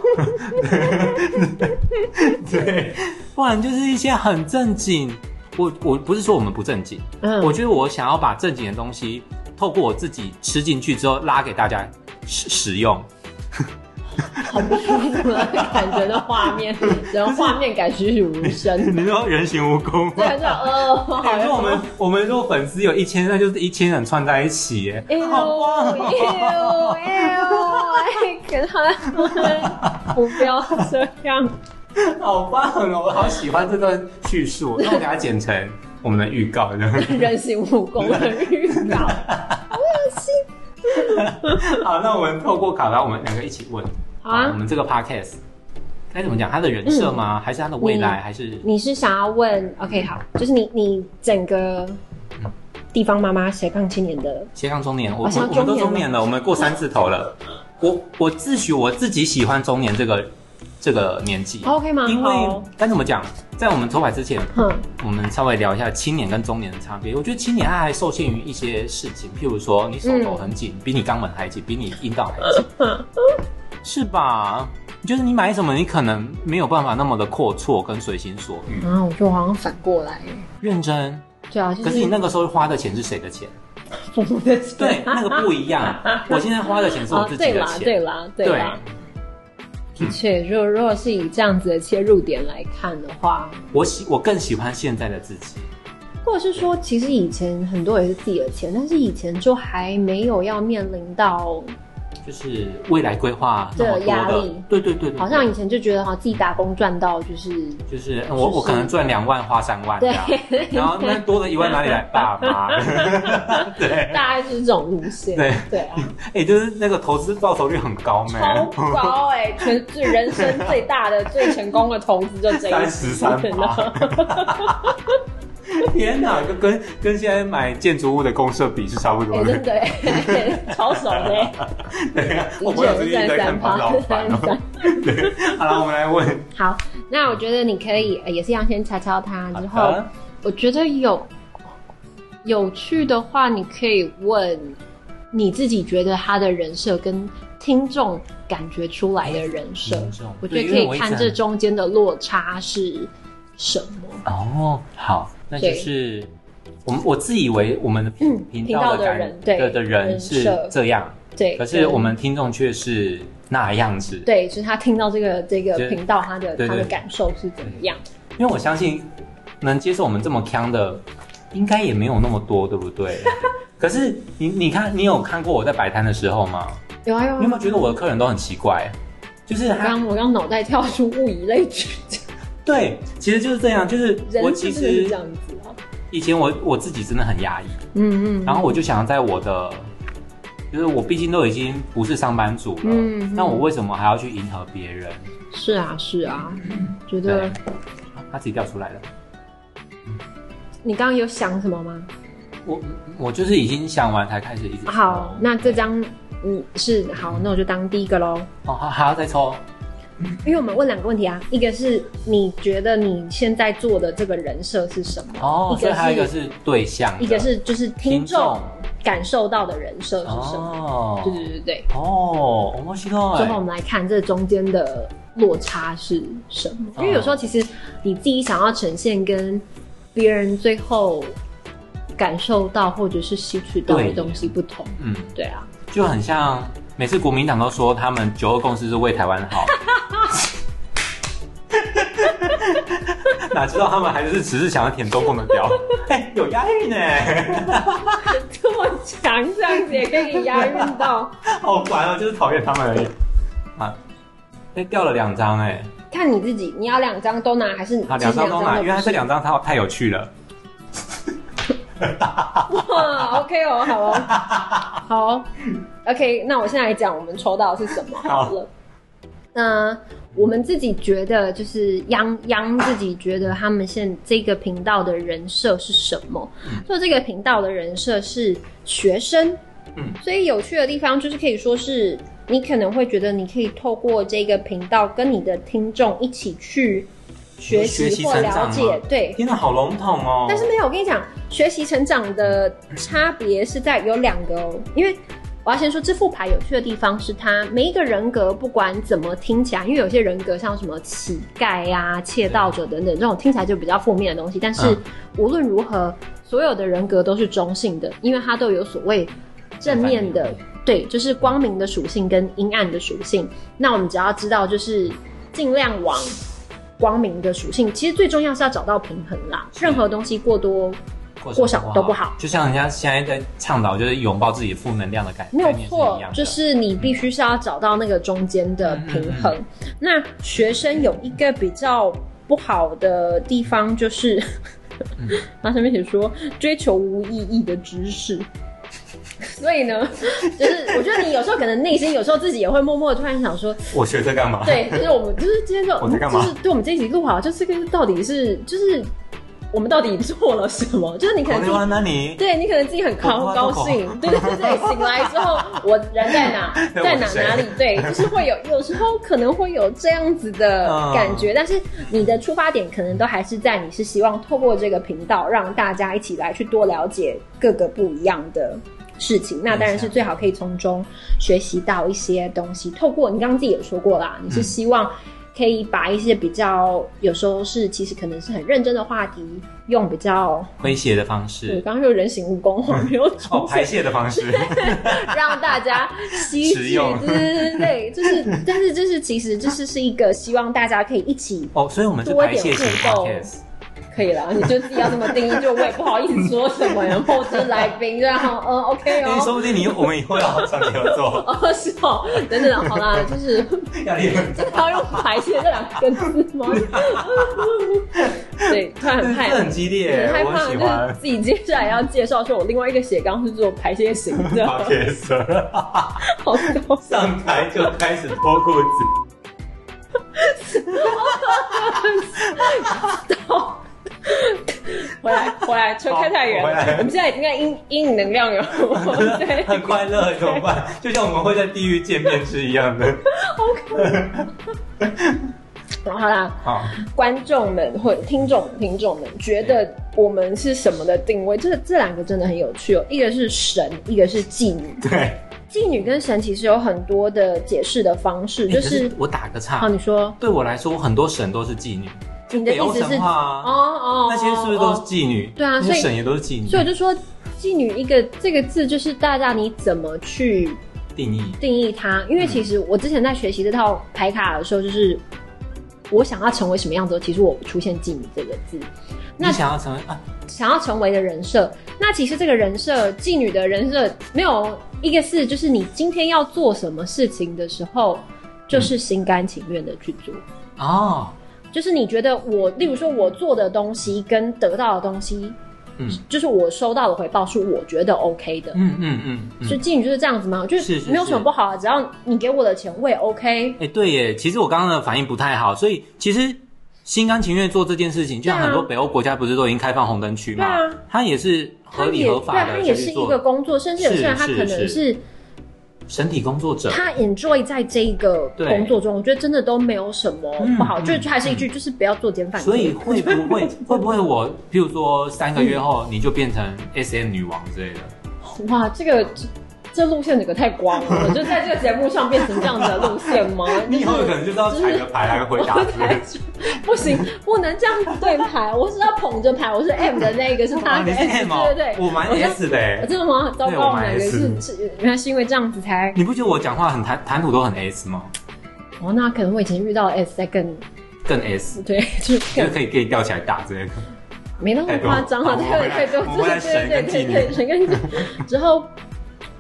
对，不然就是一些很正经。我我不是说我们不正经，嗯我觉得我想要把正经的东西透过我自己吃进去之后拉给大家使使用。好不舒服的感觉的画 面，然后画面感栩栩如生。你说人形蜈蚣吗？对，就呃，好比如像说我们我们如果粉丝有一千，那就是一千人串在一起耶，哎呦，好啊棒哎呦，哎呦，哎，给他，我不要这样。 好棒哦！我好喜欢这段叙 述，那我给它剪成我们的预告这样。人形蜈蚣的预告，好恶心。 好，那我们透过卡拉，我们两个一起问。好啊我们这个 podcast 该怎么讲？它的人设吗？还是它的未来？还是嗯你是想要问？OK，好，就是你你整个地方妈妈斜杠青年的，斜杠中年？我好们像我们都中中年年了，我们过三字头了。我我自诩我自己喜欢中年这个这个年纪，好哦 OK 吗？嗯因为好该怎么讲？在我们脱牌之前，哼，我们稍微聊一下青年跟中年的差别。我觉得青年他还受限于一些事情，譬如说你手头很嗯紧，比你肛门还紧，比你阴道还紧， 是吧？就是你买什么，你可能没有办法那么的阔绰跟随心所欲。然后我就好像反过来，认真，对啊，就可是你那个时候花的钱是谁的钱？我的钱对，那个不一 样。我现在花的钱是我啊自，己对的啦，对钱。啦，对啦，的确，如果如果是以这样子的切入点来看的话，我喜我更喜欢现在的自己。或者是说，其实以前很多也是自己的钱，但是以前就还没有要面临到，就是未来规划那么多对压的力，对对对对，好像以前就觉得好像自己打工赚到就是 就是嗯我我可能赚两万花三万这样，对然后那多的一万哪里来？爸妈。 对，大概是这种路啊线，对对啊，哎，就是那个投资报酬率很高没？超高哎、 全是人生最大的、最成功的投资就这一次33%天哪，就跟跟现在买建筑物的公社比是差不哎、多真的。的哎、 超爽的、欸，对啊， 我朋友最近在看房老板哦。对， 好了，我们来问，好，那我觉得你可以、呃也是一样先敲敲他，之嗯好后的我觉得有有趣的话，你可以问你自己觉得他的人设跟听众感觉出来的人设听众，我觉得对可因为我以一看直这中间的落差是什么。哦，好，那就对是我们我自以为我们的嗯频频道道的的感人对的的人人是设这样，对，可是我们听众却是那样子。对，就是他听到这个这个就是频道，他的对对他的感受是怎么样？因为我相信能接受我们这么腔的，应该也没有那么多，对不对？可是你你看，你有看过我在摆摊的时候吗？有啊有你有没啊，有觉得我的客人都很奇怪？就是我他刚我刚脑袋跳出物以类聚，对，其实就是这样，就是我人其是真的是实这样子啊。以前我我自己真的很压抑，嗯嗯，然后我就想要在我的，就是我毕竟都已经不是上班族了，嗯嗯那我为什么还要去迎合别人？是啊是啊，觉对啊得，他自己掉出来了。你刚刚有想什么吗？我我就是已经想完才开始一直好抽，那这张嗯是好，那我就当第一个喽。哦还还要再抽，因为我们问两个问题啊，一个是你觉得你现在做的这个人设是什么？哦，一个所以还有一个是是对象的，一个是就是听听众众感受到的人设是什么？哦，对对对对。哦，面白最い后我们来看这中间的落差是什么，嗯因为有时候其实你自己想要呈现跟别人最后感受到或者是吸取到的对东西不同，嗯，对啊，就很像每次国民党都说他们九二共识是为台湾 好，哪知道他们还是只是想要舔中共的屌，哎、有押韵呢，这么强这样子也可以押韵 到，好烦哦，就是讨厌他们而已啊。哎、掉了两张哎，看你自己，你要两张都拿还是啊，两张都买，因为它他这两张它太有趣了。哇，OK 哦，好哦，好哦，OK，那我现在来讲我们抽到的是什么好了。那我们自己觉得，就是央央自己觉得他们现这个频道的人设是什么？做这个频道的人设是学生，嗯所以有趣的地方就是可以说是你可能会觉得你可以透过这个频道跟你的听众一起去学学习习或成长了吗解，对，天哪，好笼统哦。但是没有，我跟你讲，学习成长的差别是在有两个哦，因为我要先说这副牌有趣的地方是它每一个人格不管怎么听起来，因为有些人格像什么乞丐呀、窃盗者等等这种听起来就比较负面的东西，但是嗯无论如何，所有的人格都是中性的，因为它都有所谓正面的对，就是光明的属性跟阴暗的属性。那我们只要知道，就是尽量往光明的属性。其实最重要是要找到平衡啦，任何东西过多过少都不好就像人家现在在倡导，就是拥抱自己负能量的感觉，没有概念是错一样，的就是你必须是要找到那个中间的平衡。那学生有一个比较不好的地方，就是、 它上面写说追求无意义的知识。所以呢，就是我觉得你有时候可能内心有时候自己也会默默地突然想说，我学这干嘛？对，就是我们就是今天就我在干嘛就是对我们这一集录好，就是这个到底是就是我们到底做了什么？就是你可能自己那哦你对你可能自己很高我不知道高兴，对对对对，醒来之后我人在 哪，对在我哪是谁哪里？对，就是会 有有时候可能会有这样子的嗯感 觉，但是你的出发点可能都还是在你是希望透过这个频道让大家一起来去多了解各个不一样的。事情，那当然是最好可以从中学习到一些东西。透过你刚刚自己也说过啦，嗯你是希望可以把一些比较有时候是其实可能是很认真的话题，用比较诙谐的方对，式，刚刚说人形蜈蚣，我没有哦，重排写，泄的方式，让大家 吸实取，用对对对对，就是，但是就是其实就是是一个希望大家可以一起，哦，所以我们是多一排点泄型互动 podcast，可以啦，你就自己要这么定义，就我也不好意思说什么，然后就是来宾，然后 嗯，OK 哎因为哦。说不定你我们以后要找你合作，哦，是哦，等等，好啦，就是压力很大。真的要用“排泄”这两个字吗？对，突然 很害这很激烈，很害我怕，喜就是欢。自己接下来要介绍说，我另外一个斜杠是做排泄型 的，好铁丝， 好搞笑。上台就开始脱裤子，回来，回来，车开太远好回了来。我们现在应该阴阴影能 量有，对，很快乐怎么办？就像我们会在地狱见面是一样的。好啦，好，观众们或者听众听众们觉得我们是什么的定位？这这两个真的很有趣哦，一个是神，一个是妓女。对，妓女跟神其实有很多的解释的方式，就可是哎是我打个好，岔，你说对我来说，我很多神都是妓女，你的北意欧思是神话啊哦哦，那些是不是都是哦妓女？对啊那所以些神也都是妓女。所以我就说。妓女一个这个字，就是大家你怎么去定义定义它，因为其嗯实我之前在学习这套牌卡的时候，就是我想要成为什么样子，其实我出现“妓女”这个字，那你想要成为啊？想要成为的人设。那其实这个人设，妓女的人设，没有一个是就是你今天要做什么事情的时候，嗯就是心甘情愿的去做。哦，就是你觉得我，例如说我做的东西跟得到的东西，嗯就是我收到的回报是我觉得 OK 的，嗯嗯嗯嗯。所以妓女就是这样子嘛，就是是是没有什么不好啊，只要你给我的钱我也 OK，哎、对耶，其实我刚刚的反应不太好，所以其实心甘情愿做这件事情，就像对啊很多北欧国家不是都已经开放红灯区嘛，对啊它也是合他也理合法的对，他也去是做一个工作，甚至有些人是他可能是是身体工作者，他 enjoy 在这一个对工作中，我觉得真的都没有什么不好。嗯就就还是一句，就是不要做奸犯科。所以会不会会不会我，譬如说三个月后你就变成 S M 女王之类的？哇，这个这这路线整个太广了，就在这个节目上变成这样子的路 线吗？你以后有可能就是要踩 个牌来回答是不是。不行，不能这样对牌，我是要捧着牌，我是 M 的那 一个，是他啊哇，的你是 S， M 哦对对，对。我蛮 S 的啊欸。 真的吗？糟对我糕，我们蛮两个 S 是是，原来是因为这样子才你不觉得我讲话很谈谈吐都很 S 吗？哦，那可能我以前遇到的 S 在更更 S，对，就是就更是可以可以吊起来打之类的。没那么夸张啊，哎对对对对，我们来对对对我们来对，神跟 妓之后，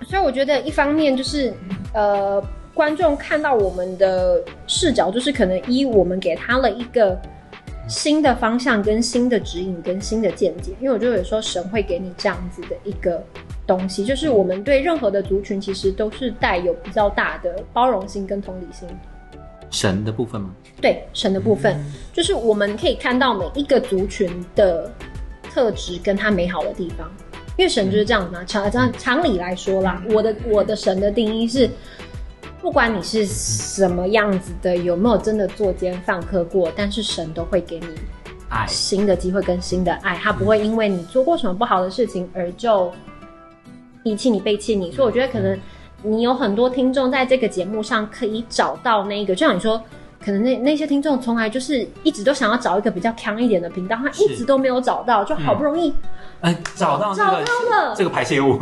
所以我觉得一方面就是呃，观众看到我们的视角，就是可能一我们给他了一个。新的方向、跟新的指引、跟新的见解，因为我觉得有时候神会给你这样子的一个东西，就是我们对任何的族群其实都是带有比较大的包容心跟同理心。神的部分吗？对神的部分，就是我们可以看到每一个族群的特质跟它美好的地方，因为神就是这样子嘛。常常常理来说啦，我的我的神的定义是，不管你是什么样子的，有没有真的作奸犯科过，但是神都会给你爱新的机会跟新的嗯爱，他不会因为你做过什么不好的事情而就遗弃你、背弃你。所以我觉得可能你有很多听众在这个节目上可以找到那个，就像你说，可能那那些听众从来就是一直都想要找一个比较强一点的频道，他是一直都没有找到，就好不容易哎，找到这找到个了。这个排泄 物，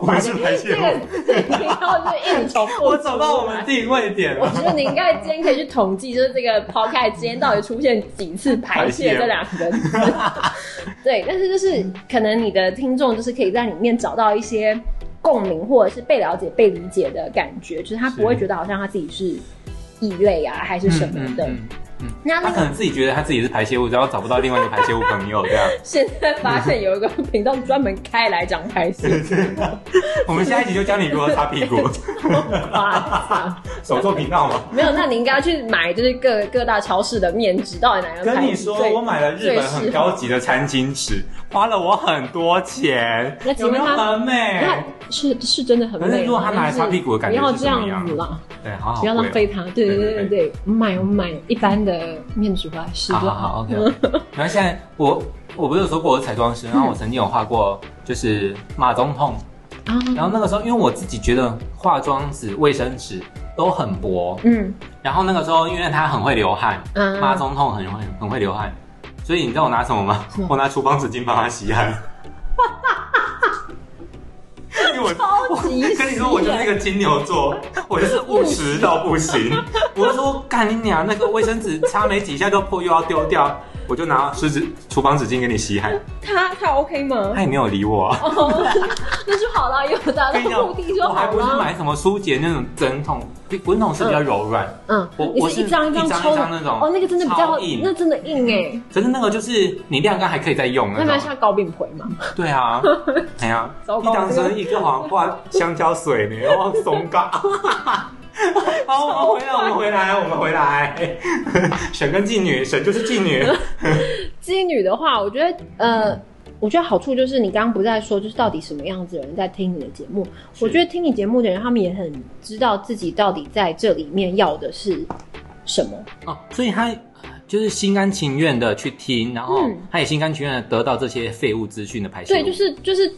我们是排泄这物，个 这个频道就一直重复出来。我找到我们定位点 我了。觉得你应该今天可以去统计，就是这个抛开今天到底出现几次排泄这两个字。 对，但是就是可能你的听众就是可以在里面找到一些共鸣，或者是被了解、被理解的感觉，就是他不会觉得好像他自己是异类啊，还是什么的。嗯嗯他那那可个能自己觉得他自己是排泄物，然后找不到另外一个排泄物朋友这样。现在发现有一个频道专门开来讲排泄， 我们下一集就教你如何擦 屁股，哇塞手做频道嘛。没有，那你应该去买就是各各大超市的面纸，到底哪个跟牌你子说，最我买了日本很高级的餐巾纸，花了我很多钱那，请有问没有他很美？那是是真的很累哎可啊啦。是如果他拿来擦屁股的感觉不要是这怎么样样子啦，对，好好不要浪贵哦费它。对对对对对，我买我买一般的面纸回来试哦。就好好好，OK。然后 现在我我不是有说过我是彩嗯妆师，然后我曾经有画过就是马总统，啊，然后那个时候因为我自己觉得化妆纸、卫生纸都很薄，嗯然后那个时候因为他很会流汗，嗯马总统很会很会流汗，所以你知道我拿什么吗什么？我拿厨房纸巾帮他吸汗。因为我 超级跟你说，我就是那个金牛座，我就是务实到不行。我就说，干你娘，那个卫生纸擦没几下就破，又要丢掉，我就拿湿纸厨房纸巾给你吸汗。他他 OK 吗？他也没有理我、啊，哦， 那就好了，有达到跟你讲，目的就我还哎好不是了。买什么舒洁那种针筒，滚筒是比较柔软，嗯我，你我一张一是一张张抽一的张那种哦，那个真的比较超硬那真的硬哎，可是那个就是你晾干还可以再用那那蛮种。像糕饼皮嘛。对 啊，哎呀、糟一糕当生一个黄挂香蕉水呢，然后松嘎。 好，我们回来，我们回来，我们回来。 神跟妓女，神就是妓女。妓女的话，我觉得呃，我觉得好处就是你刚刚不在说，就是到底什么样子的人在听你的节目。是我觉得听你节目的人，他们也很知道自己到底在这里面要的是什么。 哦，所以他就是心甘情愿的去听，然后嗯他也心甘情愿的得到这些废物资讯的排泄物。对，就是就是，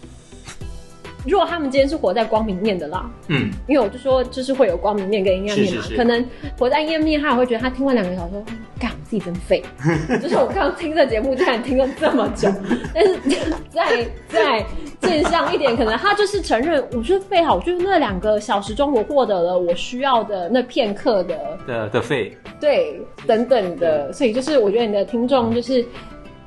如果他们今天是活在光明面的啦，嗯，因为我就说就是会有光明面跟阴暗面嘛，是是是可能活在阴暗面，他也会觉得他听完两个小时说，嗯干我自己真废， 就是我刚刚听这节目竟然听了这么 久，但是 再再正向一点，可能他就是承认我是废好，我就是那两个小时中我获得了我需要的那片刻的的的废，对等等的，所以就是我觉得你的听众就是。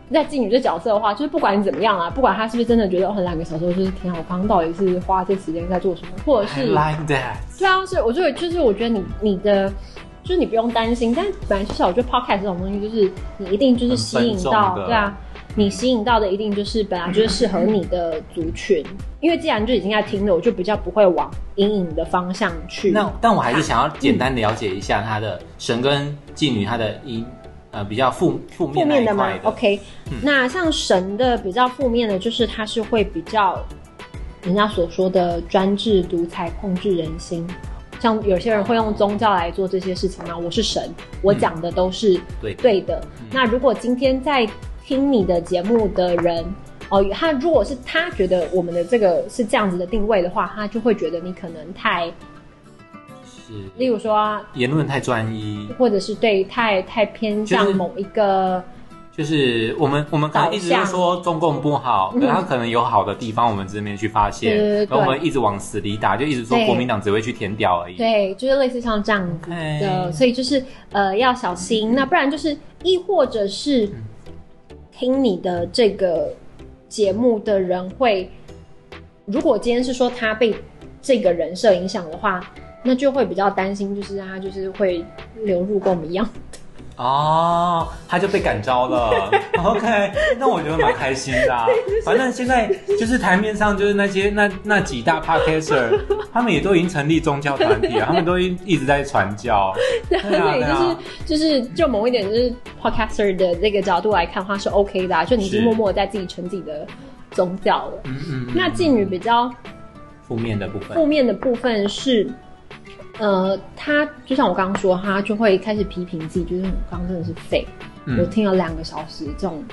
在妓女这角色的话，就是不管你怎么样啊，不管他是不是真的觉得哦，两个小时就是挺好，我刚刚到底是花这时间在做什么，或者 I 是 like that。对啊，所以我就就是我觉得你你的就是你不用担心，但本来至少我觉得 podcast 这种东西，就是你一定就是吸引很分到，众的对啊，你吸引到的一定就是本来就是适合你的族群，因为既然就已经在听了，我就比较不会往阴影的方向去。那但我还是想要简单地了解一下他的神跟妓女，他的一呃比较负负负面那面一的吗块的。 ？OK，、那像神的比较负面的，就是它是会比较人家所说的专制、独裁、控制人心。像有些人会用宗教来做这些事情嘛，我是神，我讲的都是对的嗯对嗯的。那如果今天在听你的节目的人，哦，他如果是他觉得我们的这个是这样子的定位的话，他就会觉得你可能太，例是如说啊，言论太专一，或者是对太太偏就向是某一个。就是我们我们可能一直都说中共不好，嗯可他可能有好的地方，我们只是没去发现对对对，然后我们一直往死里打，就一直说对国民党只会去填掉而已。对，就是类似像这样子的 OK 所以就是呃要小心，那不然就是亦或者是听你的这个节目的人会，如果今天是说他被这个人设影响的话，那就会比较担心，就是他就是会流入跟我们一样，哦，他就被感召 了。OK，那我觉得蛮开心的、啊。反正现在就是台面上就是那些那那几大 podcaster，他们也都已经成立宗教团体了，他们都一一直在传教。对 啊，所以对就是、啊，就是就某一点就是 podcaster 的这个角度来看的话是 OK 的、啊，就你已经是默默地在自己成自己的宗教了。嗯嗯。嗯 那妓女比较。负面的部分负面的部分是，呃，他就像我刚刚说，他就会开始批评自己，就是我刚刚真的是废，嗯我听了两个小时这种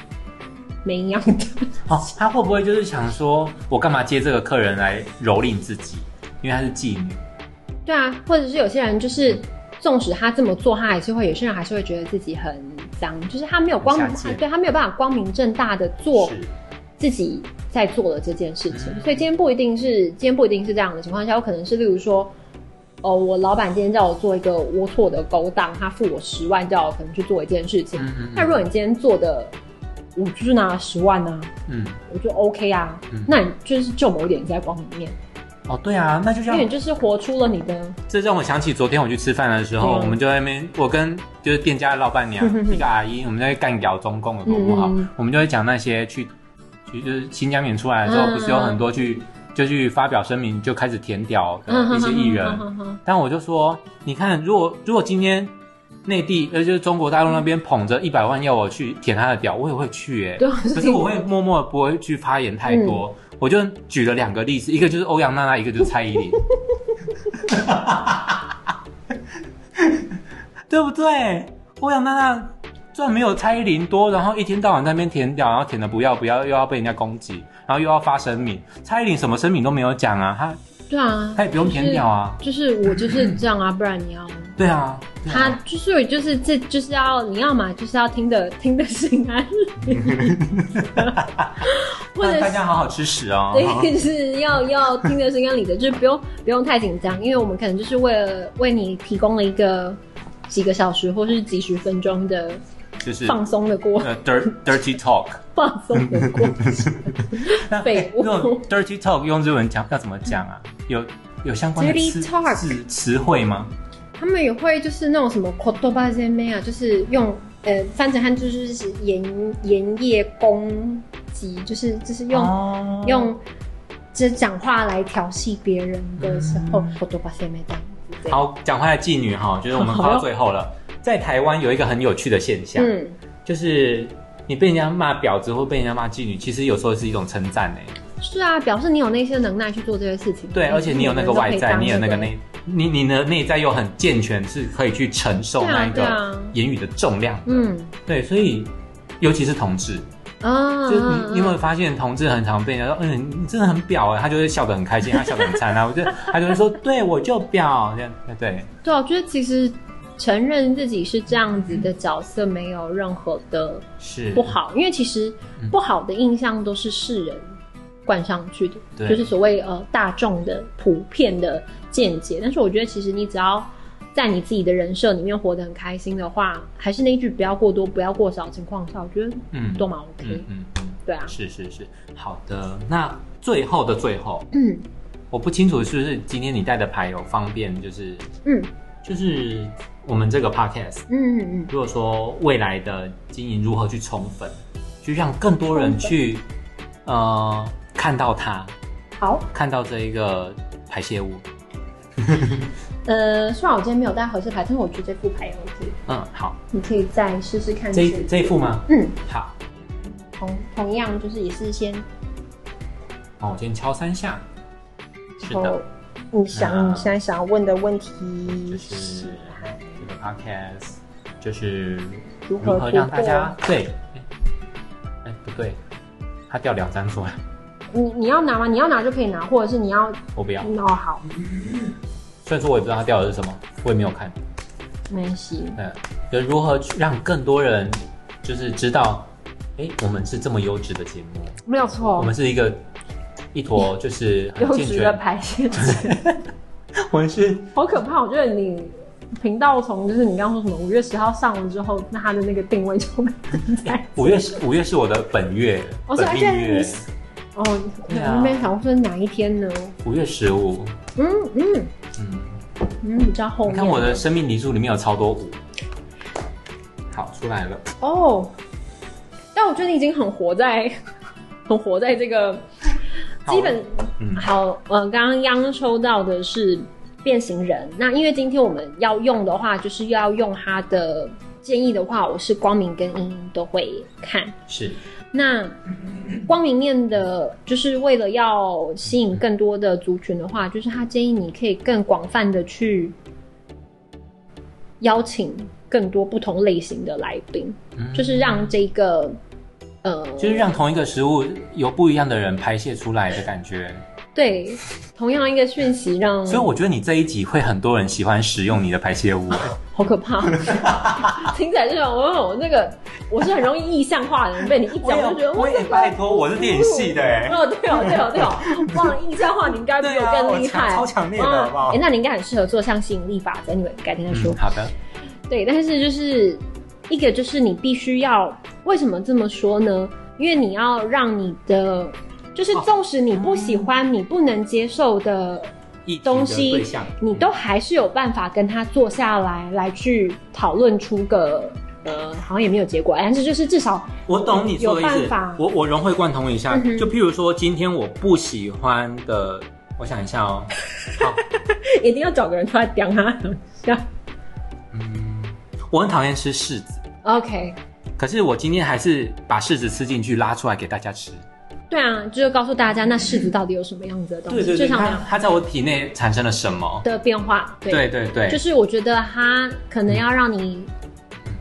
没营养的， 哦，他会不会就是想说，我干嘛接这个客人来蹂躏自己？因为她是妓女，嗯对啊，或者是有些人就是。纵使他这么做，他还是会有些人还是会觉得自己很脏，就是他没有光明很下贱，对他没有办法光明正大的做是自己在做的这件事嗯情。所以今天不一定是今天不一定是这样的情况下，我可能是例如说，哦，我老板今天叫我做一个龌龊的勾当，他付我十万叫我可能去做一件事情。嗯嗯那如果你今天做的，我就是拿十万啊，嗯，我就 OK 啊，嗯那你就是就某一点在光里面，哦，对啊，那就因像为你就是活出了你的，这让我想起昨天我去吃饭的时候，嗯我们就在那边，我跟就是店家的老板 娘一个阿姨，我们在干聊中共有多不好，嗯我们就会讲那些去，去就是新疆演出来的时候，嗯不是有很多去就去发表声明，就开始填屌的啊 一些艺人。哼哼但我就说，你看，如果如果今天内地呃就是中国大陆那边捧着一百万要我去舔他的屌，我也会去哎、对，啊可是我会默默地不会去发言太多。嗯我就举了两个例子，一个就是欧阳娜娜，一个就是蔡 依林，对不对？欧阳娜娜赚没有蔡依林多，然后一天到晚在那边舔屌，然后舔的不要不要，又要被人家攻击，然后又要发声明。蔡依林什么声明都没有讲啊，她对啊，她也不用舔屌啊，就是我就是这样啊，不然你要。对啊，对啊他就是就是这就是要你要嘛就是要听得听得心安理 得，或者大是家好好吃屎哦。对，是要要听得心安理得，就是不用不用太紧张，因为我们可能就是为了为你提供了一个几个小时或是几十分钟的就是放松的过 呃，dirt dirty talk。放松的过 程，废物那那种 dirty talk 用日文讲要怎么讲啊？有有相关的 Dirty 词 talk 词词汇吗？他们也会就是那种什么 k o t o b a z e m e 啊，就是用呃翻成汉字就是盐盐业攻击，就是就是用、哦用这讲话来调戏别人的时候 k o t o b a z e m e 这样子对。嗯好，讲回来妓女哈，就是我 们快到最后了。在台湾有一个很有趣的现象，嗯，就是你被人家骂婊子或被人家骂妓女，其实有时候是一种称赞哎。是啊，表示你有那些能耐去做这些事情。对，而且你有那个外嗯在，你有那个内。内，你你的内在又很健全，是可以去承受对啊那一对个啊言语的重量。嗯对，所以尤其是同志，啊，就是你，你有没有嗯发现同志很常被人家说，嗯，你真的很表哎、他就会笑得很开心，他笑得很灿烂，我就他就会说，对我就表这样，对，嗯对啊，我觉得其实承认自己是这样子的角色没有任何的是不，好，因为其实不好的印象都是世人冠上去的，对就是所谓呃大众的普遍的见解。但是我觉得，其实你只要在你自己的人设里面活得很开心的话，还是那一句不要过多，不要过少的情况下，我觉得嗯都蛮 OK，、嗯嗯，嗯对啊，是是是，好的，那最后的最后，嗯我不清楚是不是今天你带的牌有方便，就是嗯就是我们这个 podcast，嗯嗯如果说未来的经营如何去宠粉，去让更多人去呃看到它，嗯，好，看到这一个排泄物，呃，虽然我今天没有带合适牌，但是我觉得这副牌也 OK，嗯，好，你可以再试试看这是一这一副吗？嗯，好，同同样就是也是先，那我先敲三下。是然后的，你想那你现在想要问的问题就是这个 podcast，就是如何如何让突大破家对，哎、哎不对，它掉两张出来， 你你要拿吗？你要拿就可以拿，或者是你要我不要。哦好，虽然说我也不知道它掉的是什么，我也没有看。没关系。嗯，就如何去让更多人就是知道，哎、我们是这么优质的节目，没有错我们是一个一 坨就是很哦优健质的全，排泄者，我们是 好可怕！我觉得你频道从就是你刚刚说什么五月十号上了之后，那它的那个定位就没存在。 五月是五月是我的本月，我说本而命且你月，是哦，对啊我没想说哪一天呢？五月十五，嗯嗯嗯。嗯，比较后你面。看我的生命灵数里面有超多五，好出来了，哦，但我觉得你已经很活在， 很活在这个基本嗯好，呃，刚刚央抽到的是变形人，那因为今天我们要用的话，就是要用他的建议的话，我是光明跟阴影都会看。是那光明面的，就是为了要吸引更多的族群的话，就是他建议你可以更广泛的去邀请更多不同类型的来宾，嗯就是让这个呃，就是让同一个食物有不一样的人排泄出来的感觉，对，同样一个讯息让，所以我觉得你这一集会很多人喜欢使用你的排泄物，好可怕， 听起来就像我我那个我是很容易意象化的人，被你一讲我就觉得我哇，也拜托，我是电影系的哎、哦，对哦，对哦， 对哦，哇，印象化你应该比我更厉害，对啊我强超强烈的好不好哎、那你应该很适合做像吸引力法则，你们改天再说。嗯，好的，对，但是就是一个就是你必须要，为什么这么说呢？因为你要让你的，就是纵使你不喜欢、你不能接受的一集东的西对象，你都还是有办法跟他坐下来，来去讨论出个呃，好像也没有结果，但是就是至少我懂你说的意有办思法，我我融会贯通一下。嗯哼就譬如说，今天我不喜欢的，我想一下 哦，好，一定要找个人出来啊刁他。嗯，我很讨厌吃柿子， OK，可是我今天还是把柿子吃进去，拉出来给大家吃。对啊，就是告诉大家那柿子到底有什么样子的东西，就像那它样它在我体内产生了什么？的变化，对对对对，就是我觉得他可能要让你，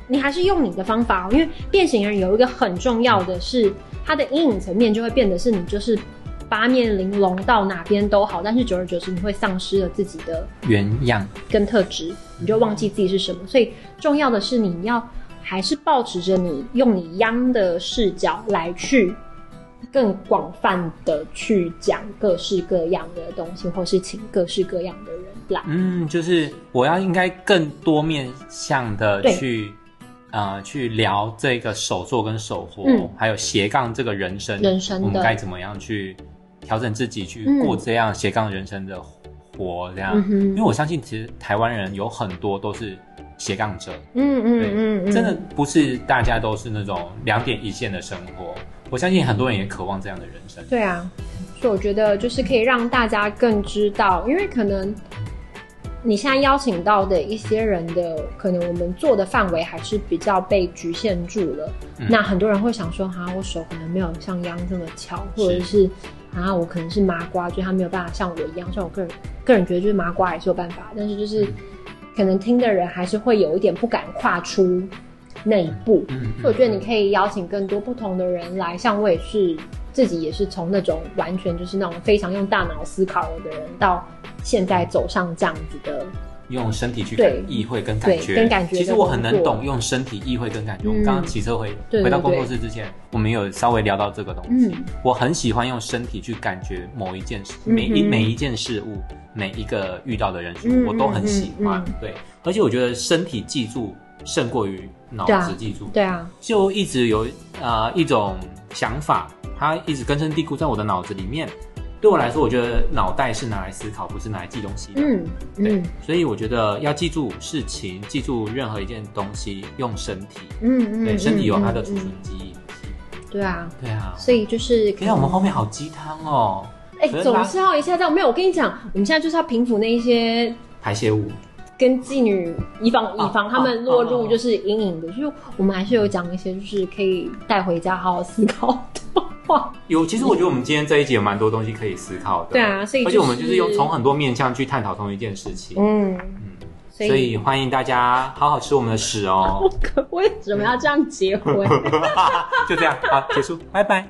你还是用你的方法哦，因为变形人有一个很重要的是，他的阴影层面就会变得是你就是八面玲珑到哪边都好，但是久而久之你会丧失了自己的原样。跟特质，你就忘记自己是什么。所以重要的是你要还是保持着你用你央的视角来去更广泛的去讲各式各样的东西，或是请各式各样的人来。嗯，就是我要应该更多面向的对去，呃，去聊这个手作跟手活，嗯还有斜杠这个人生，人生的我们该怎么样去调整自己，去嗯过这样斜杠人生的活，这样。嗯哼因为我相信，其实台湾人有很多都是斜杠者，嗯对嗯嗯嗯，真的不是大家都是那种两点一线的生活。我相信很多人也渴望这样的人生。对啊，所以我觉得就是可以让大家更知道，因为可能你现在邀请到的一些人的，可能我们做的范围还是比较被局限住了。嗯那很多人会想说，哈、我手可能没有像央这么巧，或者是啊，我可能是麻瓜，就他没有办法像我一样。虽然我个人个人觉得就是麻瓜也是有办法，但是就是可能听的人还是会有一点不敢跨出那一步。嗯，嗯所以我觉得你可以邀请更多不同的人来，像我也是自己也是从那种完全就是那种非常用大脑思考的人，到现在走上这样子的，用身体去对意会跟感觉，对跟感觉其实我很能跟工懂作用身体意会跟感觉。嗯我们刚刚骑车回对对回到工作室之前，我们有稍微聊到这个东西。嗯我很喜欢用身体去感觉某一件事，嗯哼每一每一件事物，每一个遇到的人事嗯物，我都很喜欢嗯嗯。对，而且我觉得身体记住胜过于脑对啊子记住。对啊，就一直有呃一种想法，它一直根深蒂固在我的脑子里面。对我来说，我觉得脑袋是拿来思考，不是拿来记东西的。嗯对嗯，所以我觉得要记住事情，记住任何一件东西，用身体，嗯对，嗯，身体有它的嗯储存嗯记忆。嗯对啊，对啊，所以就是可等一下我们后面好鸡汤哦，哎、可能总拉是要一下这样，没有，我跟你讲，我们现在就是要平复那一些排泄物。跟妓女以防哦以防他们落啊入就是阴影的，就是我们还是有讲一些就是可以带回家好好思考的话。有，其实我觉得我们今天这一集有蛮多东西可以思考的。对啊所以而且我们就就是用是从很多面向去探讨同一件事情。嗯，所所以欢迎大家好好吃我们的 屎哦，为什么要这样结婚？就这样，好，结束，拜拜。